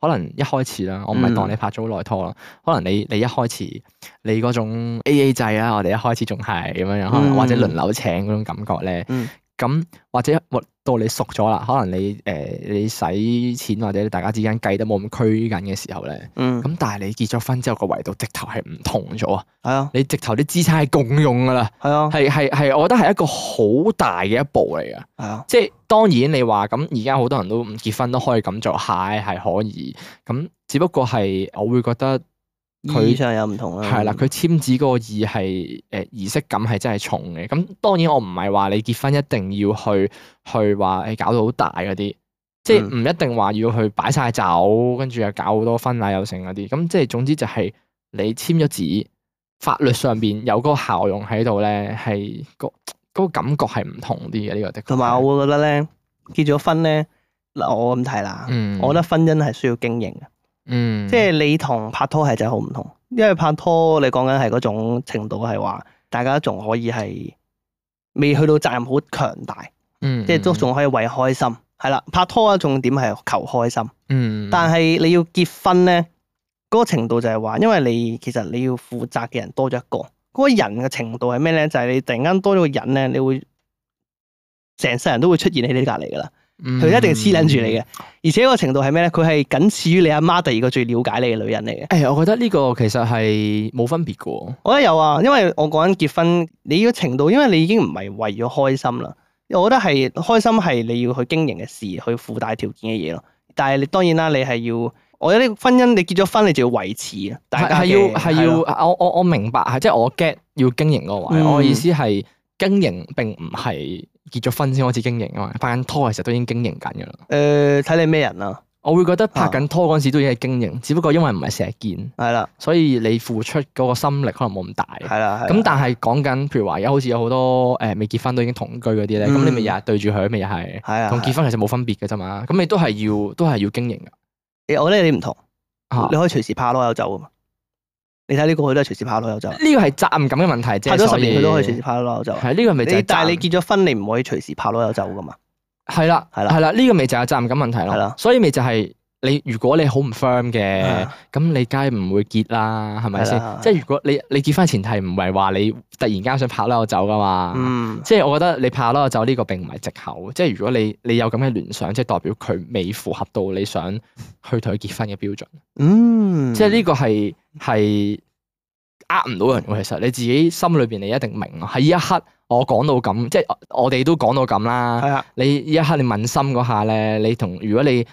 可能一開始啦，我唔係嗯當你拍咗好耐拖啦，可能你你一開始你嗰種 A A 制啦，我哋一開始仲係咁樣樣，可能嗯或者輪流請嗰種感覺咧，嗯咁或者或到你熟咗啦，可能你誒你使錢或者大家之間計得冇咁拘緊嘅時候咧，嗯，咁但係你結咗婚之後個維度直頭係唔同咗啊！係啊，你直頭啲資產係共用㗎啦。係啊，係係係，我覺得係一個好大嘅一步嚟噶。係啊，即係當然你話咁，而家好多人都唔結婚都可以咁做，係係可以。咁只不過係我會覺得意佢義上有唔同啦。係啦，佢簽字嗰個意係誒儀式感係真係重嘅。咁當然我唔係話你結婚一定要去去話誒搞到好大嗰啲。即嗯係唔一定話要去擺晒酒，跟住又搞好多婚禮又成嗰啲，咁即係總之就係你簽咗紙，法律上邊有嗰個效用喺度咧，係個嗰個感覺係唔同啲嘅呢個的確係。同埋啊我會覺得咧，結咗婚咧，嗱我咁睇啦，嗯，我覺得婚姻係需要經營嘅。嗯，即係你同拍拖係真係好唔同，因為拍拖你講緊係嗰種程度係話，大家仲可以係未去到責任好強大，嗯，即係都仲可以為開心，係啦。拍拖啊，重點係求開心，嗯，嗯，但係你要結婚咧，嗰、個程度就係話，因為你其實你要負責嘅人多咗一個，嗰、個人嘅程度係咩咧？就係、你突然間多咗個人咧，你會成世人都會出現喺你隔離噶啦。嗯佢一定黐撚住你嘅，而且個程度係咩咧？佢係僅次於你阿媽第二個最了解你嘅女人嚟嘅。嗯。誒，我覺得呢個其實係冇分別嘅喎。我覺得有啊，因為我講緊結婚，你呢個程度，因為你已經唔係為咗開心啦。我覺得係開心係你要去經營嘅事，去附帶條件嘅嘢咯。但係你當然啦，你係要，我覺得呢個婚姻你結咗婚，你就要維持啊。大係家係嘅要啊係要，咯我我我明白，係即係我 get 要經營嗰個位。嗯我意思係經營並唔係結咗婚先開始經營啊嘛，拍緊拖嘅時候都已經經營緊㗎啦。誒睇你咩人啊，我會覺得拍緊拖嗰陣時都已經係經營，只不過因為唔係成日見，係啦，所以你付出嗰個心力可能冇咁大。係啦，係啦。咁但係講緊，譬如話而家好似有好多誒未結婚都已經同居嗰啲咧，咁、嗯你咪日日對住佢，咪又係係啊，同係結婚其實冇分別嘅啫嘛。咁你都係要都係要經營㗎。啊我覺得你唔同，啊你可以隨時拍籮柚走啊嘛。你睇呢個佢都係隨時拍籮柚走，呢個係責任感嘅問題啫。啊拍咗所十以年佢都可以隨時拍籮柚走。係呢個咪就係啊你但係責你任結咗婚，你唔可以隨時拍籮柚走噶嘛。係啦，係係啦，啦係啦，呢個咪就係責任感問題係咯啦。所以咪就係你，如果你好唔 firm 嘅，啊咁你梗係唔會結啦，係咪係啊先啦？即係如果你你結婚前提唔係話你突然間想拍啦我走噶嘛，嗯，即係我覺得你拍啦我走呢個並唔係藉口。即係如果你你有咁嘅聯想，即係代表佢未符合到你想去同佢結婚嘅標準。嗯，即係呢個係係呃唔到人嘅。其實你自己心裏邊你一定明啊咯。喺呢一刻我講到咁，即係我我哋都講到咁啦。係啊，你一刻你問心嗰下咧，你同如果你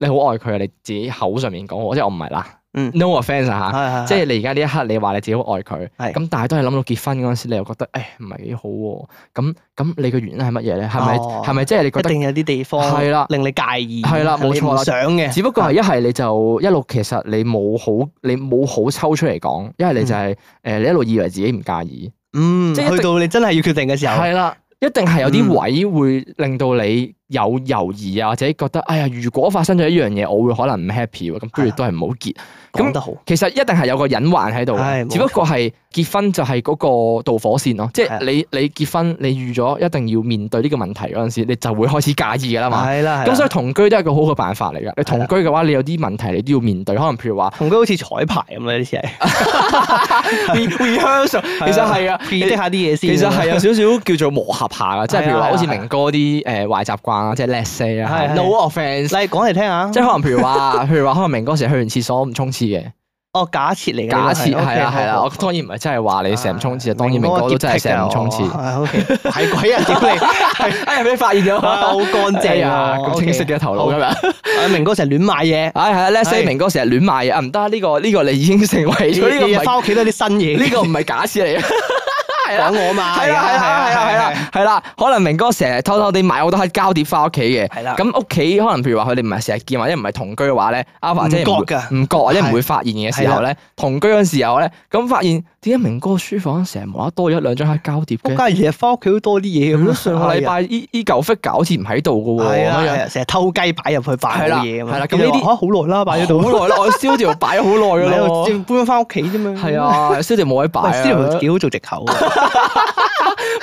你好愛佢啊，你自己口上面講，即係我唔係啦，嗯 no offence 啊嚇，係係即係你而家呢一刻你話你自己好愛佢，係咁但係都係諗到結婚嗰陣時，你又覺得誒唔係幾好喎，咁咁你嘅原因係乜嘢咧？係咪哦係咪即係你覺一得？定有啲地方係啦令你介意，係啦冇你錯唔啦想嘅，只不過係一係你就一路其實你冇好你冇好抽出嚟講，一係你就係、誒、你一路以為自己唔介意，嗯，即係一定去到你真係嗯要決定嘅時候，係啦，一定係有啲位會令到你有猶豫啊，或者覺得哎呀，如果發生咗一樣嘢，我會可能唔 happy 喎，咁不如係啊都係唔好結。講咁得好，其實一定係有個隱患喺度啊係嘅，啊冇只不過係結婚就係嗰個導火線咯，即係啊係你你結婚你預咗一定要面對呢個問題嗰陣時，你就會開始介意㗎啦嘛。係啊啦，咁所以以同居都係一個好嘅辦法嚟㗎。你同居嘅話，你有啲問題你都要面對，可能譬如話同居好似彩排咁啊，呢啲似 係 re- rehearsal，其實係啊。 ，predict 下啲嘢先，其實係有少少叫做磨合下㗎，即係譬如話好似係啊係啊明哥啲誒壞習慣啊，即係 let's say 啊係係，no offence，嚟講嚟聽下，即係可能譬如話， 譬如話可能明哥成日去完廁所唔沖廁嘅，哦假設嚟嘅，假設呢個係啦係啦，好我當然唔係真係話你成日唔沖廁啊，當然明哥都真啊係成日唔沖廁，係 OK，係鬼啊！屌你， 哎呀俾你發現 咗，啊 好乾淨啊，哎呀咁清晰 OK 嘅頭腦咁樣， 啊明哥成日亂買嘢，唉係啦，let's say 係明哥成日亂買嘢啊，唔得呢個呢個你已經成為咗呢個唔日 日係翻屋企都係啲新嘢，呢個唔係假設嚟嘅，係啦。講我 嘛，係啦啊係啦係啦係係啊啦係啦，可能明哥成日偷偷地買好多黑膠碟翻屋企嘅，係啦咁屋企可能譬如話佢哋唔係成日見或者唔係同居嘅話咧，阿華姐唔會唔覺啊㗎唔覺或者唔會發現嘅時候咧，同居嗰時候咧，咁發現點解明哥書房成日無啦啦多咗一兩張黑膠碟嘅？仆街，日日翻屋企都多啲嘢咁咁咯。上個嗯禮拜依依嚿 figure 好似唔喺度嘅喎，啊係啊咁係樣啊，成日偷雞擺入去擺好嘢咁樣係啦係啦咁呢啲跟住話啊好耐啦，擺喺度，好耐啦，我 studio 擺咗好耐㗎啦唔係喎。搬咗翻屋企啫嘛。係，啊，studio 冇位擺喂啊。 ，Siri 幾好做藉口 啊，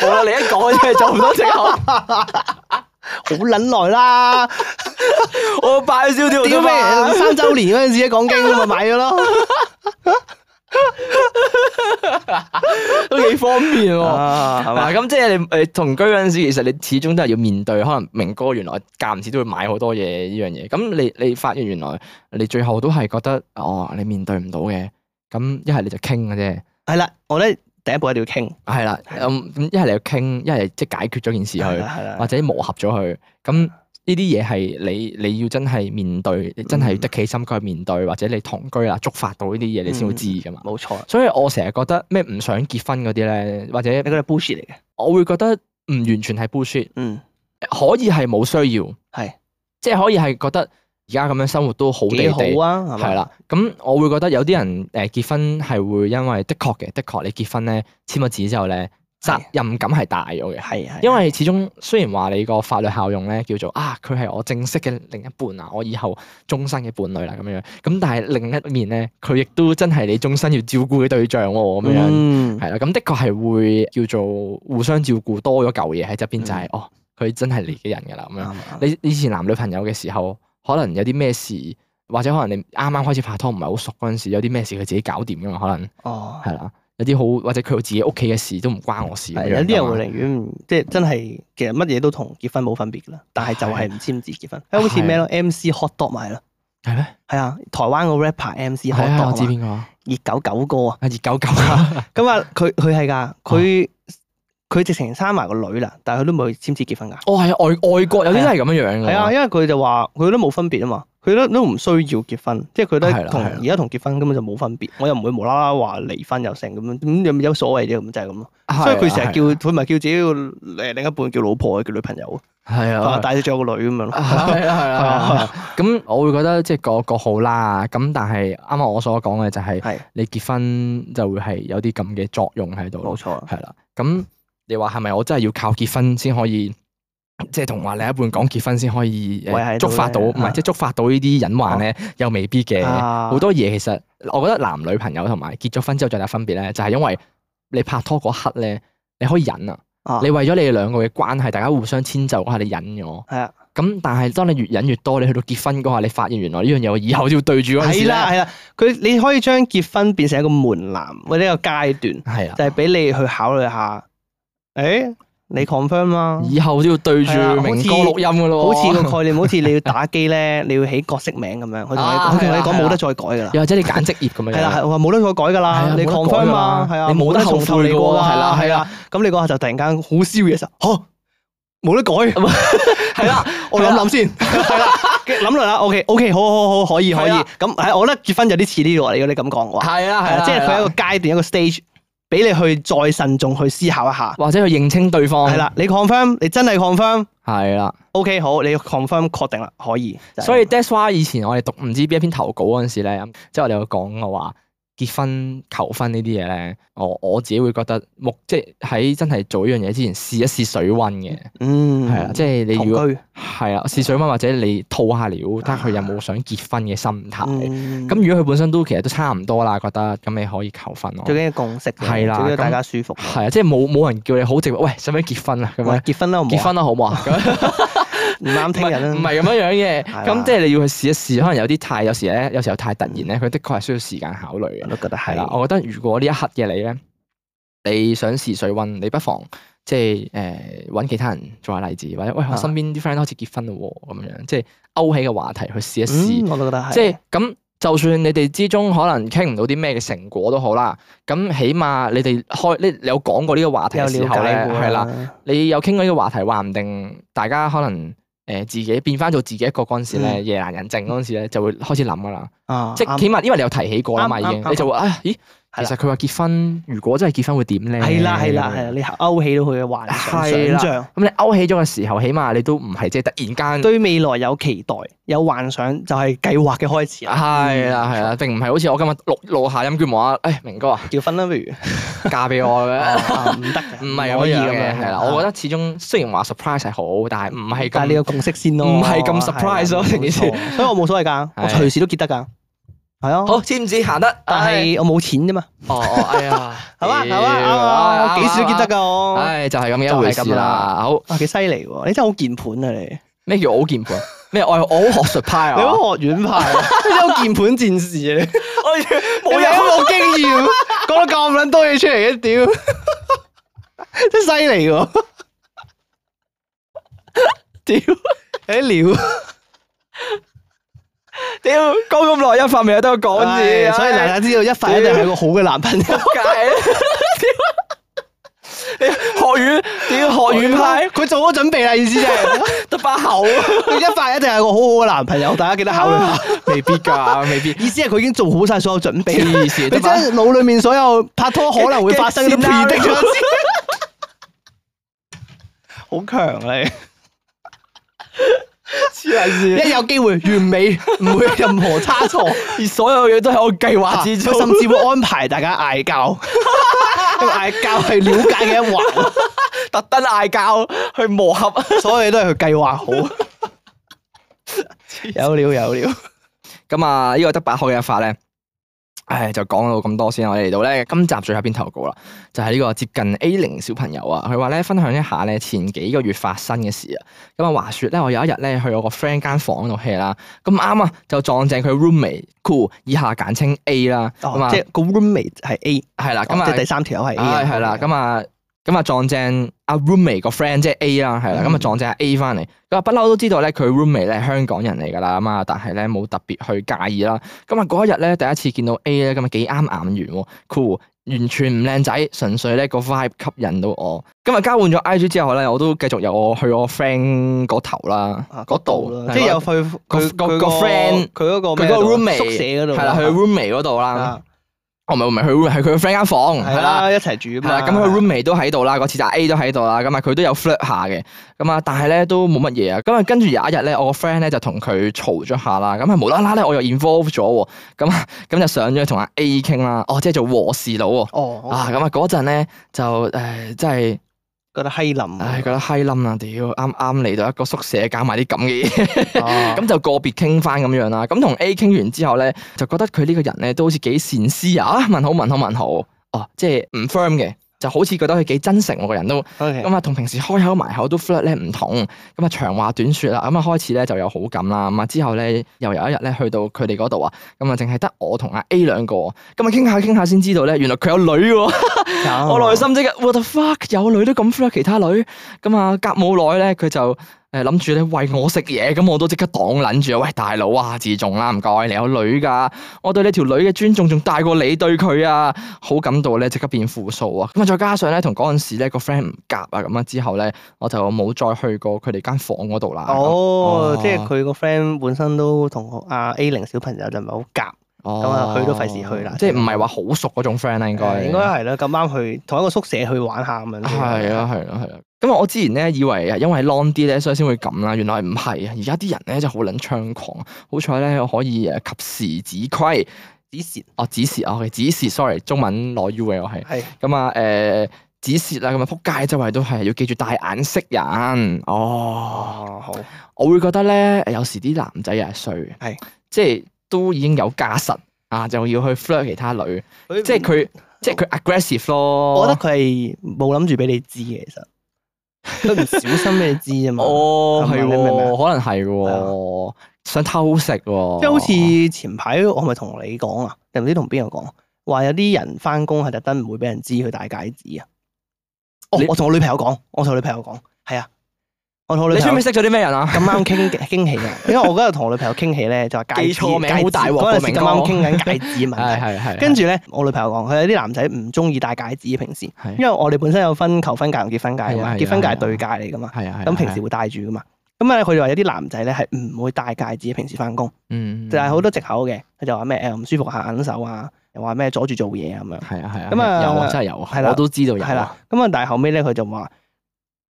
好啦，你一講真係做唔到藉 口。好撚 耐啦。我擺 studio 屌啫嘛咩？三周年嗰陣時喺講經咁咪買 咗咯。都幾方便喎。啊，係嘛嗱，？咁即哦係你誒同居嗰陣時，其實你始終都係要面對，可能明哥原來間唔時都會買好多嘢呢樣嘢。咁你你發現原來你最後都係覺得哦，你面對唔到嘅。咁一係你就傾嘅啫，係啦，我咧第一步一定要傾，係啦，嗯咁咁一係你就傾，一係即係解決咗件事係去，啊啦係啦或，者磨合咗佢。咁呢啲嘢係你你要真係面對，你真係嗯要的起心肝去面對，或者你同居啦，觸發到呢啲嘢，你先會知嗯噶嘛。冇錯。所以我成日覺得咩唔想結婚嗰啲咧，或者你嗰啲 bullshit 嚟嘅，我會覺得唔完全係 bullshit，嗯，可以係冇需要，係即係可以係覺得而家咁樣生活都好地幾好地。啊，係嘛係？啦，咁我會覺得有啲人誒結婚係會因為的確嘅，的確你結婚咧簽咗字之後咧，責係任感係大咗嘅，係係，因為始終雖然話你個法律效用咧叫做啊佢係我正式嘅另一半啊，我以後終身嘅伴侶啦咁樣，咁但係另一面咧佢亦都真係你終身要照顧嘅對象喎咁樣。嗯係啦，咁的確係會叫做互相照顧多咗嚿嘢喺側邊，就係、哦，佢真係你嘅人㗎啦咁樣。啱嗯啊你你以前男女朋友嘅時候，可能有啲咩事，或者可能你啱啱開始拍拖唔係好熟嗰陣時，有啲咩事佢自己搞掂㗎嘛，可能哦，係啦，有啲好或者佢自己屋企嘅事都唔關我事咁樣係㗎嘛。有啲人會寧願唔即係真係其實乜嘢都同結婚冇分別㗎啦，但係就係唔簽字結婚，誒好似咩咯，MC Hot Dog 咪係咯，係咩？係啊，台灣個 rapper MC 係 Hot 啊，我知邊 Dog 啊嘛個啊？熱狗狗哥啊，啊，熱狗狗啊，哦咁啊佢佢係㗎，佢佢直情生埋個女啦，但係佢都冇簽字結婚㗎，哦係啊外外國有啲都係咁樣樣㗎。係啊，因為佢就話佢都冇分別啊嘛。佢都都唔需要結婚，即係佢都係啦同係啦而家同結婚根本就冇分別。我又唔會無啦啦話離婚又成咁樣，咁有有所謂啫？咁就係咁咯。係啊，所以佢成日係啊叫佢咪叫自己個誒另一半叫老婆，叫女朋友，係啊但。係仲有個女咁樣啊咯。係啦係啦係啦，咁我會覺得即係各各好啦，咁但係啱啱我所講嘅就係係你結婚就會係有啲咁嘅作用喺度冇咯，錯啦，係啦，咁你話係咪我真係要靠結婚先可以，即係同話另一半講結婚先可以維繫誒到觸發到，咧唔係啊即係觸發到呢啲隱患咧，又未必嘅，啊好多嘢其實我覺得男女朋友同埋結咗婚之後最大分別咧，就係因為你拍拖嗰刻咧，你可以忍啊啊，你為咗你哋兩個嘅關係，大家互相遷就嗰下，你忍咗。係啊，咁但係當你越忍越多，你去到結婚嗰下，你發現原來呢樣嘢我以後都要對住嗰陣時係咧，啦係啦，佢你可以將結婚變成一個門檻或者一個階段，係啦，就係俾你去考慮下。誒，你 confirm 啦，以後都要對住係啊好似明哥錄音噶咯好喎，似個概念，好似你要打機咧， 你要起角色名咁樣，佢同你啊佢同你係啦講係啦冇得再改㗎啦。又或者你揀職業咁樣，係啦，係我話冇得再改㗎係啦啊，你冇得 confirm 改㗎嘛啦，係啊，你冇得後悔重你㗎喎係啦係係啊啦，咁你嗰下就突然間好 serious 啊，嚇冇得改，係啦， 我諗諗先，係啦，跟住諗落啦，OK OK，好好好可以可係以，啦啊咁係啊我覺得結婚有啲似呢度嚟，啊如果你咁講嘅話，係啦係係啦，啦，即係佢係有一個啦階段一個 stage，俾你去再慎重去思考一下，或者去認清對方係啦，你 confirm，你真係 confirm。係啦。 OK，好，你 confirm 確定啦，可以。就係所以咁 that's why 以前我哋讀唔知邊一篇投稿嗰陣時咧，即係我哋有講嘅話結婚求婚呢啲嘢咧，我我自己會覺得目即係喺真係做呢樣嘢之前試一試水温嘅，嗯，係啦、即係你同如果居係啊試水温或者你套下料，睇下佢有冇想結婚嘅心態。嗯咁、如果佢本身都其實都差唔多啦，覺得咁你可以求婚咯最。緊要共識嘅，係啦最緊要咁大家舒服。係啊，即係冇冇人叫你好直白，喂，使唔使結婚啊？咁喂樣結婚啦，好唔好結啊？婚啦，好唔好 啊？咁樣唔啱聽日唔啦。係咁樣樣嘅，係啦咁即係你要去試一試，可能有啲太有時咧，有時候太突然咧，佢的確係需要時間考慮我嘅。都覺得係係啦，我覺得如果呢一刻嘅你咧，你想試水温，你不妨即係誒揾其他人做下例子，或者喂啊我身邊啲 friend 開始結婚咯喎，咁樣即係勾起個話題去試一試。嗯，我都覺得係。即係咁，就算你哋之中可能傾唔到啲咩嘅成果都好啦，咁起碼你哋開呢你有講過呢個話題有嘅時了候咧，解過啊係啦。，你有傾過呢個話題，話唔定大家可能誒、呃自己變翻做自己一個嗰陣時咧，嗯夜闌人靜嗰陣時咧，就會開始諗噶啦。啊，即係啱起碼因為你有提起過啦嘛，已啱經啱你就會啊，咦，係其啦實佢話結婚，如果真係結婚會點咧？係啦係咁樣啦係啦，你勾起到佢嘅幻係想啦想像，咁你勾起咗嘅時候，起碼你都唔係即係突然間。對未來有期待，有幻想就係計劃嘅開始啦。係啦係啦，並唔係好似我今日錄錄下音，叫無啦，誒明哥啊，嗯，結婚啦不 如，嫁俾我咁樣，啊唔得嘅， 唔係可咁以樣咁嘅，樣啊係啦，我覺得始終雖然話 surprise 係好，但係唔係但係你咁有共識先咯，唔係咁係啦啊 surprise 咯冇成件事錯所以我冇所謂㗎，我係隨時都結得㗎，係啊。好，知唔知行得？但係我冇錢啫嘛，哦哦， 哎呀，係嘛係屌嘛，啱啊，我幾時都結得。啱啱㗎我。唉，就係咁樣一回事就係咁啦啦。好，啊，幾犀利喎！你真係好鍵盤啊你，你咩叫我好鍵 盤？咩我我好學術派啊？好學院派啊， 你真係好鍵盤戰士啊你！我冇有冇經 驗，講到咁撚多嘢出嚟嘅，屌， 真係犀利喎！ 屌，哎有啲料，屌講咁耐一發未有得我講啊唉字，哎所以大唉家知道一發一定係個好嘅男朋 友。仆街屌你學院屌學院派 佢做好準備啦，意思即係 得把口，佢一發一定係個好好嘅男朋友，大家記得考慮下。 未必 㗎，未必。意思係佢已經做好晒所有準備，黐線你得真把係腦裡面所有拍拖可能會發生嘅嘅 predict 咗 scenario 一次好強啊你！黐線一有機會完 美，唔會有任何差 錯，而所有嘢都喺我計劃之中佢。甚至會安排大家 嗌交，因為嗌交係了解 嘅一環，特登嗌交去磨合。所有嘢都係佢計劃好。有料有料，咁啊，呢個得把口嘅一法咧，唉，就講到咁多先啦。我哋嚟到咧今集最後一篇投稿啦，就係、呢個接近 A 零小朋友啊，佢話咧分享一下咧前幾個月發生嘅事啊。咁啊，話說咧，我有一日咧去我個 friend 間房度 hea 啦，咁啱啊就撞正佢 roommate，cool，以下簡稱 A 啦。咁哦啊即，係個 roommate 係 A，係啦，咁咁即係啊第，三條友係 A 唉啊。係啦，咁啊。咁啊撞正阿 roommate 個 friend 即係 A 啦，係啦，咁啊嗯撞正阿 A 翻嚟，佢話不嬲都知道咧，佢 roommate 咧係香港人嚟㗎啦，咁啊但係咧冇特別去介意啦。咁啊嗰一日咧第一次見到 A 咧，咁啊幾啱眼緣喎，cool，完全唔靚仔，純粹咧個 vibe 吸引到我。咁啊交換咗 IG 之後咧，我都繼續有我去我 friend 嗰頭啦，啊嗰度即係有佢個佢個佢個 friend，佢嗰個佢咩嗰個度啊 roommate 宿舍嗰度係啦，去 roommate 嗰度啦，啊哦唔係唔係去 roommate，係佢個 friend 間房係係啦。啦，一齊住係啊啦，嘛。咁佢 roommate 都喺度啦，嗰次就 A 都喺度啦，咁啊佢都有 flirt 下嘅，咁啊但係咧都冇乜嘢啊，咁啊跟住有一日咧，我個 friend 咧就同佢嘈咗下啦，咁啊無啦啦咧我又 involve 咗喎，咁啊 咁就上咗去同阿 A 傾啦，哦即係做和事佬喎，哦，啊咁啊嗰陣咧就誒真係覺得閪冧唉啊。覺得閪冧啦，屌啱啱嚟到一個宿舍搞埋啲咁嘅嘢。 咁咁就個別傾翻咁樣啦。咁同 A 傾完之後咧，就覺得佢呢個人咧都好似幾善思啊，問好問好問好，哦，即係唔 firm 嘅，就好似覺得佢幾真誠喎個人都。 OK，咁啊，同平時開口埋口都 flirt 咧唔同，咁啊長話短説啦，咁啊開始咧就有好感啦，咁啊之後咧又有一日咧去到佢哋嗰度啊，咁啊淨係得我同阿 A 兩個，咁啊傾下傾下先知道咧，原來佢有女喎，有我內心即刻 what the fuck 有女都咁 flirt 其他女，咁啊隔冇耐咧佢就誒諗住咧喂我食嘢，咁我都即刻擋撚住啊！喂大佬啊，自重啦，唔該，你有女㗎，我對你條女嘅尊重仲大過你對佢啊，好感到咧即刻變負數 啊！咁啊再加上咧同嗰陣時咧個 friend 唔夾啊，咁啊之後咧我就冇再去過佢哋間房嗰度啦。啊哦哦，即係佢個 friend 本身都同阿 A 零小朋友就唔係好夾，咁啊去都費事去啦即係唔係話好熟嗰種 friend 啦，應該應該係啦，咁啱去同一個宿舍去玩下咁樣。係啊，係啊，係啊。咁啊，我之前咧以為啊，因為 long 啲咧，所以先會咁啦。原來唔係啊，而家啲人咧就好撚猖狂。好彩咧，我可以呃誒及時指揮。指示哦，指示哦，指示，sorry，中文攞 U 嘅我係。係咁啊，誒、指示啦，咁啊，撲街周圍都係，要記住戴眼識人。哦，哦，好我會覺得咧，有時啲男仔又係衰嘅，係即係都已經有家室啊，就要去 flirt 其他女，即係佢。即係佢 aggressive 咯，我覺得佢係冇諗住俾你知嘅，其實佢唔小心俾你知啫嘛。 哦，係啊係嘛你明唔明啊喎，可能係係啊喎，想偷食喎，即係好似前排我係咪同你講啊？定唔知同邊個講？話有啲人翻工係特登唔會俾人知佢戴戒指啊！哦你，我同我女朋友講，我同我女朋友講，係啊，我同我女你出朋友面識咗啲咩人啊？咁啱傾傾起啊！因為我嗰日同我女朋友傾起咧，就話戒記指錯名戒指好大鑊喎嗰陣時咁明哥啱傾緊戒指問係題。係係，跟住咧，我女朋友講佢有啲男仔唔中意戴戒指，平時係因為我哋本身有分求婚戒同結婚戒㗎係嘛，啊係啊結婚戒係係啊對戒嚟噶嘛，係啊係啊，咁平時係啊會戴住噶嘛。咁咧，佢就話有啲男仔咧係唔會戴戒指，平時翻工嗯就係好多藉口嘅。佢就話咩誒唔舒服下眼手啊，又話咩阻住做嘢啊咁樣。係啊係啊，咁啊有啊真係有係啊，啦我都知道有係啦啊，，咁啊，但係後尾咧佢就話，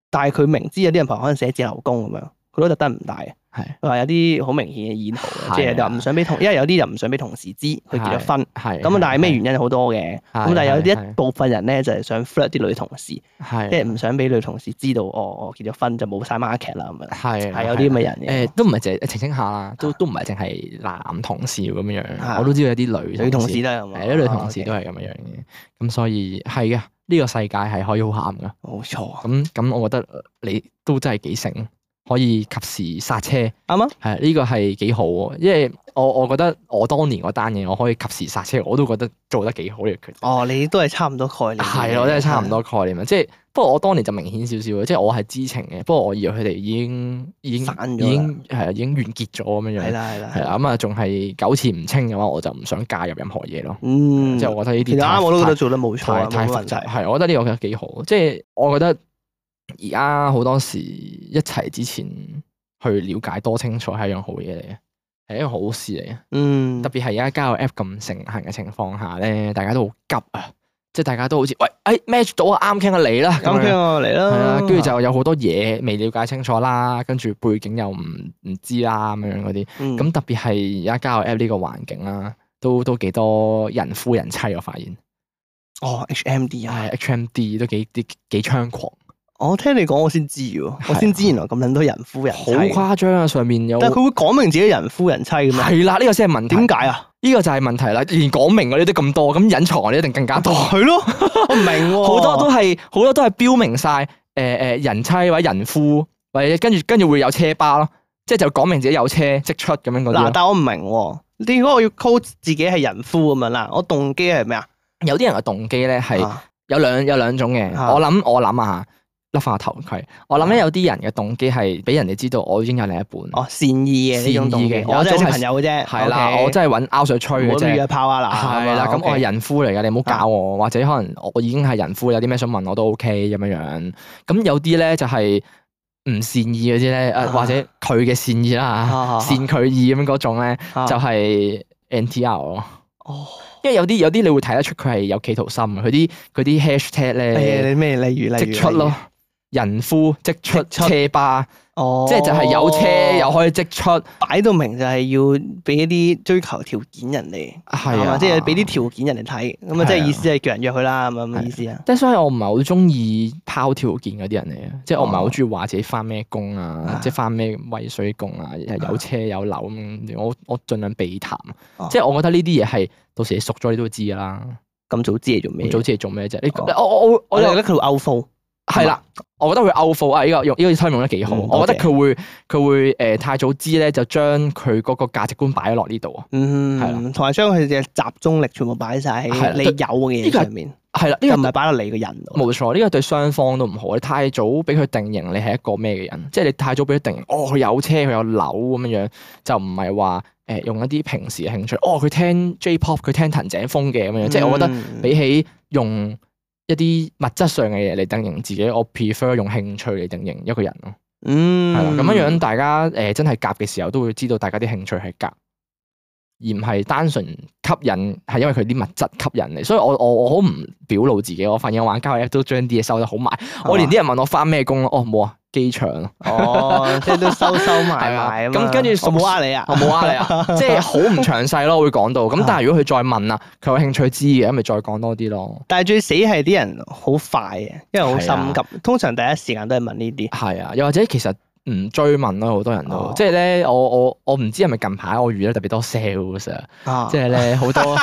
但係佢明知有啲人朋友可能寫字樓工咁樣，佢都特登唔戴嘅。係佢話有啲好明顯嘅意圖係啊嘅，即係又唔想俾同，因為有啲又唔想俾同事知佢結咗婚。係咁啊，但係咩原因好多嘅。係啊咁但係有係啲一係部分人咧就係想 flirt 啲女同事，即係啊係唔想俾女同事知道哦，我結咗婚就冇晒 market 啦咁樣。係啊係有啲咁嘅人嘅。誒都唔係淨係澄清下啦，都都唔係淨係男同事咁啊樣，我都知道有啲女女同事啦，係嘛？係啲哦女同事都啊係咁樣樣嘅，咁所以係嘅，呢個世界係可以好慘噶。 ，OK 冇錯。啊咁咁，我覺得呃你都真係幾醒，可以及時剎車，啱啊！係呢個係幾好喎。因為我我覺得我當年嗰單嘢，我可以及時剎車，我都覺得做得幾好呢個決定。哦，你都係差唔多概念。係我真係差唔。多概念啊！即係不過我當年就明顯少少嘅，即係我係知情嘅，不過我以為佢哋已經已經散咗啦已經係啊已經完結咗咁樣係樣，啦，係啦，係啊咁啊仲係糾纏唔清嘅話，我就唔想介入任何嘢咯。嗯，即係我覺得呢其啲實太啱，我都覺太得做得冇錯太啊，太冇複問雜，題。係我覺得呢個幾好，即係我覺得而家好多時一齊之前去了解多清楚係一樣好嘢嚟嘅，係一樣好事嚟嘅。嗯特，別係而家交友 app 咁盛行嘅情況下咧，大家都好急啊，即係大家都好似喂，哎 match 到啊，啱傾啊你啦，咁咁樣傾我嚟係啦啦，，跟住就有好多嘢未了解清楚啦，跟住背景又唔唔知啦咁樣嗰啲，嗯咁特別係而家交友 app 呢個環境啦，都都幾多人夫人妻我發現。哦，HMD 啊，係 HMD 都幾啲幾猖狂，哦我聽你講我先知喎，我先知原來咁撚多人夫人妻啊好，誇張啊！上面有但係佢會講明自己人夫人妻嘅咩？係啦，呢個先係問題。啊點解啊？呢個就係問題啦，連講明嗰啲都咁多，咁隱藏嗰啲一定更加多。係咯，我唔明喎， 好多都係好多都係標明晒誒誒人妻或者人夫，或者跟住跟住會有車巴咯，即係就講明自己有車即出咁樣嗰嗱，啲咯。但我唔明喎，你如果我要 call 自己係人夫咁樣啦，我動機係咩啊？有啲人嘅動機咧係啊有兩有兩種嘅，啊我諗我諗啊嚇，笠下頭盔。我諗咧有啲人嘅動機係俾人哋知道我已經有另一半，哦，善意嘅呢種動善機意，嘅我真有係識種係朋友嘅啫，係啦， OK 我真係揾拗水吹唔嘅好啫亂。嘅炮啊啊啦，係啦，咁我係人人夫嚟嘅，你唔好搞我，或者可能我已經係人夫，有啲咩想問我都 OK 咁樣樣。咁有啲咧就係唔善意嗰啲咧，啊誒或者佢嘅善意啦，善佢意咁樣嗰種咧，啊就係 NTR 咯。哦，因為有啲有啲你會睇得出佢係有企圖心啊嘅，佢啲佢啲 hashtag 誒咧你咩？例如例即如出咯，，人夫即出即出車巴，哦，即係就係有車又可以即出，啊擺到明就係要俾一啲追求條件人哋，係嘛啊，即係俾啲條件人哋睇，咁啊即係係啊意思係叫人約佢啦，咁咁係意思啊。即係所以我唔係好中意拋條件嗰啲人嚟嘅，即係我唔係好中意話自己翻咩工啊啊，即係翻咩威水工啊，有車有樓咁，我我盡量避談啊哦。即係我覺得呢啲嘢係到時你熟咗你都會知㗎啦，咁早知嚟做咩咁？早知你做咩啫？你哦我我我我我就就覺得佢會 out 風，係啦，我覺得佢 out 貨啊！呢個用呢個 term 用得幾好，嗯我覺得 OK 佢會佢會誒太早知咧，就將佢嗰個價值觀擺咗落呢度啊。嗯，係同埋將佢嘅集中力全部擺晒喺係啦你有嘅嘢上面，係啦，呢個就唔係擺落你個人度。冇錯，呢個對雙方都唔好。你太早俾佢定型，你係一個咩嘅人？即係你太早俾佢定型，哦，佢有車，佢有樓咁樣樣，就唔係話誒用一啲平時嘅興趣，哦，佢聽 J-pop，佢聽藤井風嘅咁嗯樣樣。即係我覺得得比起用一啲物質上嘅嘢嚟定型自己，我 prefer 用興趣嚟定型一個人咯。係嗯啦，咁樣樣大家誒真係夾嘅時候，都會知道大家啲興趣係夾。而唔係單純吸引，係因為佢啲物質吸引你，所以我我我好唔表露自己。我發現我玩交友 app 都將啲嘢收得好埋，我連啲人問我翻咩工咯，哦冇啊，機場咯，哦，即係都收收埋埋 係啊咁啊。咁跟住我冇呃你啊，我冇呃你啊， 即係好唔詳細咯，會講到。咁但係如果佢再問啊，佢有興趣知嘅，咁咪再講多啲咯。但係最死係啲人好快嘅，因為好心係啊急。通常第一時間都係問呢啲。係啊，又或者其實唔追問咯，好多人都，哦即係咧，我我我唔知係咪近排我遇得特別多 sales 啊。啊即係咧好 多，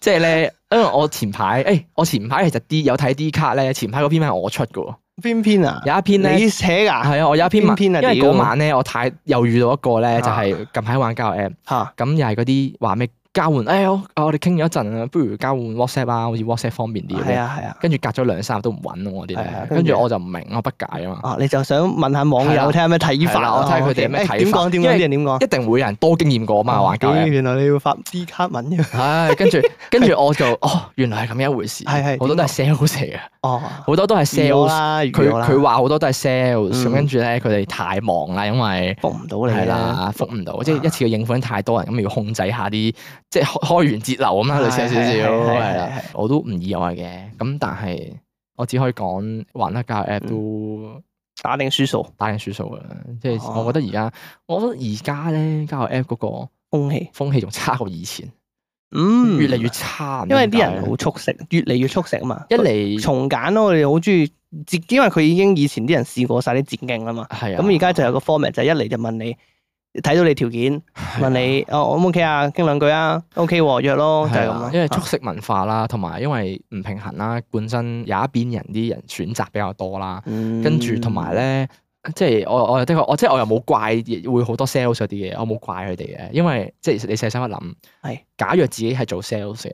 即係咧，因為我前排，誒、我前排其實 D 有睇 D 卡咧，前排嗰篇係我出嘅喎，偏偏啊，有一篇咧你寫㗎係啊，我有一篇文，偏偏啊因為屌啊嗰晚咧我太又遇到一個咧，就係近排玩交友 app，嚇咁又係嗰啲話咩交換，哎呀，我我哋傾咗一陣啊，不如交換 WhatsApp 啊，好似 WhatsApp 方便啲係嘅，啊係啊跟住隔咗兩三日都唔揾我啲係啊咧，跟跟住住我就唔明，我不解啊嘛。啊！你就想問下網係啦友睇下咩睇係法啦啊，我睇下佢哋有 OK 咩睇法誒點講點講因為啲人點講？一定會有人多經驗過啊嘛，玩交友咦 app 原來你要發 D 卡文嘅。唉，跟住跟住我就哦，原來係咁一回事，係係好多都係 sales 嚟嘅，哦，好多都係預我 sales 啦，佢預我啦佢話好多都係 sales，咁嗯跟住咧佢哋太忙啦，因為覆唔到你係啦。啊啦，覆唔到，即係一次嘅應付太多人，咁要控制下啲即係開 開源節流咁啦，類似有少少係啦。啦，我都唔意外嘅，咁但係我只可以講玩得教 app 嗯都打定輸數，打定輸數啦，即係哦我覺得而家，我覺得而家咧交友 app 嗰空氣，個風氣仲差過以前，嗯，越嚟越，差。唔知因為啲點人解好速食，越嚟越速食啊嘛。一嚟從簡咯，我哋好中意捷，因為佢已經以前啲人試過晒啲捷徑啦嘛。係啊，咁而家就有個 format 就一嚟就問你睇到你條件，啊問你哦 O 唔 OK 啊，傾兩句啊，OK 喎約咯，就係係咁啊咯。因為速食文化啦，同埋因為唔平衡啦，本身有一邊人啲人選擇比較多啦，嗯跟住同埋，咧，即係我我又的確，我即係我又冇怪會好多 sales 嗰啲嘢，我冇怪佢哋嘅，因為即係你細心一諗，係假若自己係做 sales 嘅，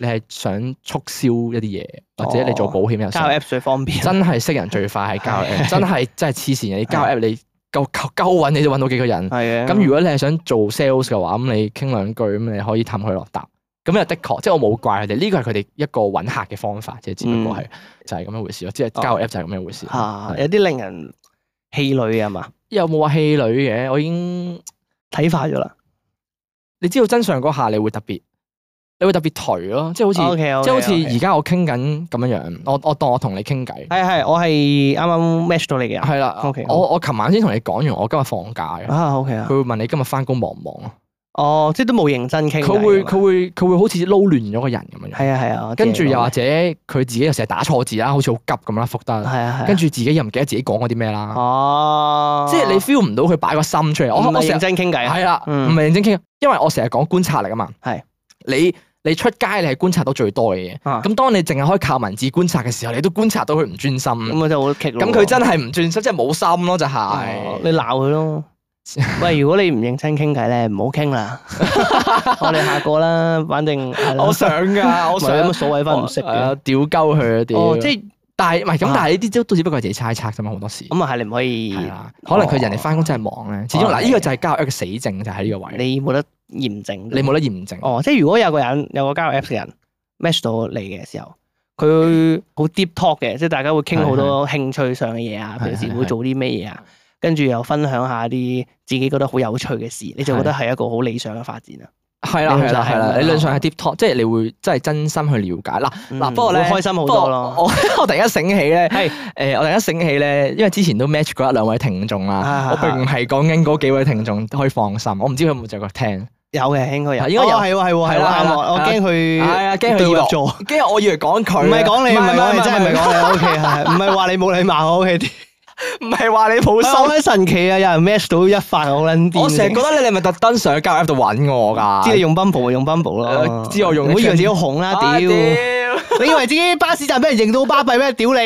你係想促銷一啲嘢，或者你做保險又嗯哦交想，友 app 最方便。真係識人最快係交友 app，真係真係黐線嘅，你交友 app 你夠夠夠揾你都揾到幾個人。係嘅。咁如果你係啊想做 sales 嘅話，咁你傾兩句，咁你可以氹佢落搭。咁又的確，即係我冇怪佢哋，呢個係佢哋一個揾客嘅方法，即係只不嗯過係就係咁樣回事咯。哦即係交友 app 就係咁樣回事。嚇係有啲令人氣餒啊嘛，有冇話氣餒嘅？我已經睇化咗啦。你知道真相嗰下，你會特別，你會特別頹咯，即係好似哦 OK，即係好似而家我傾緊咁樣樣，我我當我同你傾偈，係係，我係啱啱 match 到你嘅人。係啦 OK，我我琴晚先同你講完，我今日放假嘅，啊，OK 佢啊，會問你今日翻工忙唔忙咯？哦，即係都冇認真傾偈啊嘛。佢會佢會佢會好似撈亂咗個人咁樣樣。係啊係啊，我知跟住你又講或咩者佢自己又成日打錯字啊啦，好似好急咁啦，覆得，係啊係啊，跟住自己又唔記得自己講過啲咩啦，哦，即係你 feel 唔到佢擺個心出嚟。我唔我係成認日真傾偈啊，係啦，嗯唔係認真傾，因為我成日講觀察力啊嘛。係你你出街你係觀察到最多嘅嘢，啊咁當你淨係可以靠文字觀察嘅時候，你都觀察到佢唔專心。咁咁啊就好棘咯佢真係唔專心，即係冇心咯，就哦係。你鬧 佢咯。喂，如果你唔認真傾偈咧，唔好傾啦。我哋下個啦，反正係啦我想 㗎，我唔係有乜想。所謂翻唔識係啊嘅。屌鳩佢啊哦屌！，即即係係但係唔係咁啊，但係呢啲都都只不過係自己猜測啫嘛，好多時。咁啊，係你唔可以，係啦，可能佢人哋翻工真係忙咧。始終嗱，哦呢個就係交友 app 嘅死症，就喺呢個位，你冇得驗證。你冇得驗證。哦，即係如果有個人有個交友 Apps 嘅人 match 到你嘅時候，佢好 deep talk 嘅，即係大家會傾好多興趣上嘅嘢啊，係平時係會係做啲咩嘢啊，跟住又分享下啲自己覺得好有趣嘅事，你就覺得係一個好理想嘅發展啊。係啦理論係上啦係啦，係理論上哦係 deep talk，即係你會真係真心去了解。嗱嗱，不過咧嗯會開心好不過多我咯。我 我突然間醒起咧，係誒我突然間醒起咧，因為之前都 match 過一兩位聽眾啦啊，我並唔係講緊嗰幾位聽眾可以放心，我唔知佢有冇就個聽。有嘅，應該有。啊係應該有哦係喎，係喎，係係啦喎，係啱啦喎係我啦驚佢係啊驚佢對以為入座。跟住我以為講佢啊，唔係講你，唔係講你，真係唔係講你。O K，係唔係話你冇禮貌？O K，唔係話你冇好心。撚神奇啊！有人 match 到一發，好撚癲。我成日覺得你哋係咪特登上交友 app 度揾我㗎？知你用 Bumble 咪用 Bumble 咯，誒知我用唔好以為自己好紅啦，屌！啊你以為自己巴士站俾人認到好巴閉咩？屌你！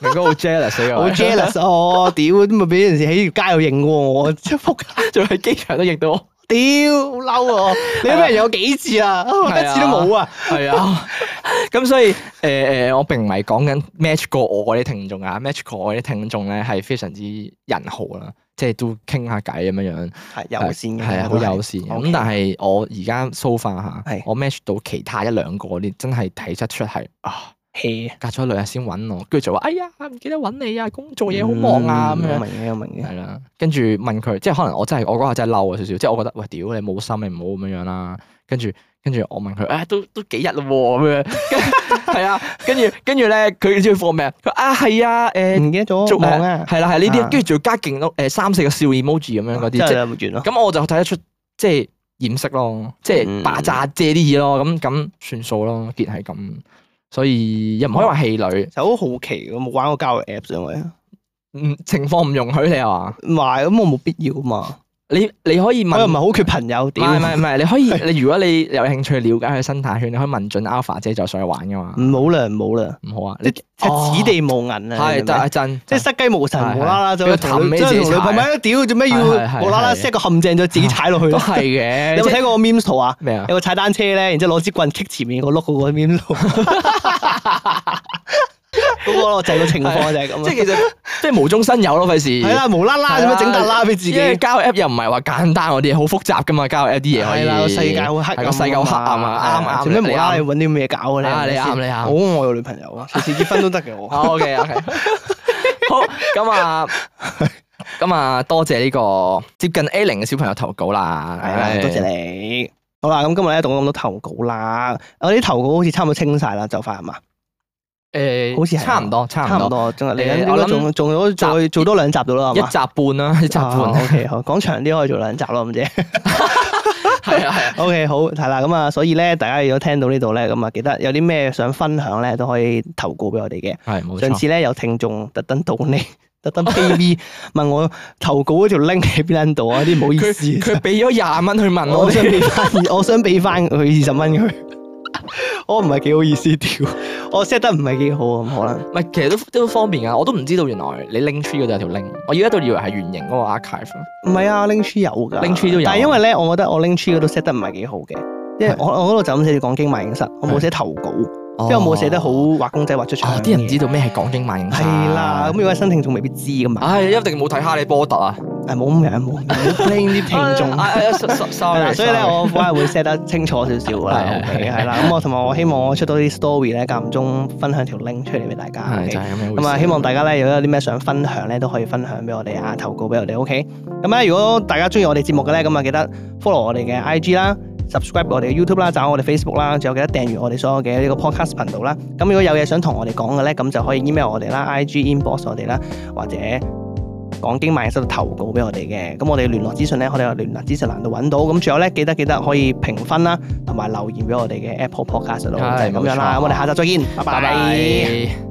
明哥好 jealous 啊死我好 jealous 哦，屌！咁咪俾人哋喺條街度認喎，我真係仆街。仲喺機場都認到我，屌好嬲啊！你咩人有幾次啊？係一啊次都冇啊！係啊， 咁所以誒誒、呃我並唔係講緊 match 過我嗰啲聽眾啊，match 過我啲聽眾咧係非常之人好啦，即係都傾下偈咁樣樣，嗯係友善嘅，係啊，好友善嘅。咁 OK 但係我而家 so far 下係，我 match 到其他一兩個啲真係睇得出係啊， hea 隔咗兩日先揾我，跟住就話哎呀唔記得揾你啊，工作嘢好忙啊咁樣我。明嘅，我明嘅。係啦，跟住問佢，即係可能我真係我嗰下真係嬲啊少少，即係我覺得喂屌你冇心，你唔好咁樣樣啦。跟住跟住我問佢，啊都都幾日咯喎咁樣，係啊，跟住跟住咧佢知佢放咩啊？佢啊係啊誒，唔記得咗做忙嗯啊，係啦係呢啊啲，跟住仲要加勁多誒三四個笑 emoji 咁樣嗰啲，即真係啊係完咯。咁我就睇得出即係掩飾咯，即係霸炸遮啲嘢咯，咁咁算數咯，結係咁，所以又唔可以話氣餒，就好好奇，我冇玩過交友 Apps 因為嗯情況唔容許你係啊嘛？唔係咁，我冇必要嘛。你你可以問我又唔係好缺朋友，唔屌係唔係 唔係，你可以你如果你有興趣了解佢生態圈，你可以問準 Alpha 姐再上去玩噶嘛。唔好啦，唔好啦，唔好啊，即你即此地無銀啊！你係明唔但明係真即係失雞無神，係係無啦啦走去俾佢同氹女起即係自己同女朋友，屌做咩要係係係無啦啦係 set 個陷阱再自己踩落去都咧？ 係嘅。你有即冇係睇過個 memes 圖啊？咩啊？有個踩單車咧，然之後攞支棍棘前面個碌嗰個 memes 圖，嗰個就係個情況就係咁即係啊！其實即係無中生有咯，費事。係啦，無啦係啦啦做咩整笪啦俾自己因？為交友 app 又唔係話簡單嗰啲嘢，好複雜噶嘛。交友 app 啲嘢可以係啦，個世界好黑係暗，個世界好黑暗啊，啱啱做咩無你啦啦啱揾啲咩搞嘅啊咧？你啱係咪你先啱好我有女朋友啊， 隨時結婚都得嘅我。 O K O K，好咁啊，咁啊，多謝呢個接近 A 零嘅小朋友投稿啦，係啦，多謝你。好啦，咁今日咧讀咗咁多投稿啦，我啲投稿好似差唔多清晒啦，就快係嘛？誒，好似係差唔多，差唔差多，唔多，仲你誒應我該諗仲仲有再做多兩集到啦，一係嘛？集半啦，一集半， O K，好，講長啲可以做兩集咯， 咁啫。係啊係啊， O K，好，係啦，咁啊，所以咧，大家如果聽到呢度咧，咁啊，記得有啲咩想分享咧，都可以投稿俾我哋嘅。 係冇上錯，次咧有聽眾特登到你， 特登 pay me 問我投稿嗰條 link 喺邊撚度啊？啲唔好意佢思，佢俾咗廿蚊去問 我我想哋，俾翻，我想俾翻佢二十蚊佢。 我唔係幾好意思屌，我 set 得唔係幾好啊，咁可能 唔係其實都都方便啊，我都唔知道原來你 link tree 嗰度有條 link，我而家都以為係圓形嗰個 archive 啦唔係啊，link tree 有㗎 Link Tree 都有啊但係因為咧，我覺得我 link tree 嗰度 set 得唔係幾好嘅，因為我我嗰度就咁寫住講經萬應室，我冇寫投稿，即係我冇寫得好畫公仔畫出腸哦嘅。啲人知道咩係講經萬應室啊係啦，咁如果係新聽眾未必知㗎嘛，唉，一定冇睇哈利波特啊！係冇咁樣，冇 冇 blame 啲 聽眾。唉唉，so- so- 係 sorry，啦，所以咧我反而會 set 得清楚少少㗎啦 係係，OK 係係啦，咁我同埋我希望我出多啲 story 咧，間唔中分享條 link 出嚟俾大家係，OK 就係咁樣回事。咁啊，希望大家咧，如果有啲咩想分享咧，都可以分享俾我哋啊，投稿俾我哋，OK。咁啊咧，如果大家中意我哋節目嘅咧，咁啊記得 follow 我哋嘅 IG 啦，subscribe 我哋嘅 YouTube 啦，找我哋 Facebook 啦，仲有記得訂閱我哋所有嘅呢個 podcast 頻道啦。咁如果有嘢想同我哋講嘅咧，咁就可以 email 我哋啦，IG inbox 我哋啦，或者講經萬應室度投稿俾我哋嘅。咁我哋聯絡資訊咧，我哋有聯絡資訊欄度揾到。咁仲有咧，記得記得可以評分啦，同埋留言俾我哋嘅 Apple Podcast 度，就係係咁樣冇啦。錯咁我哋下集再見，拜拜拜。拜。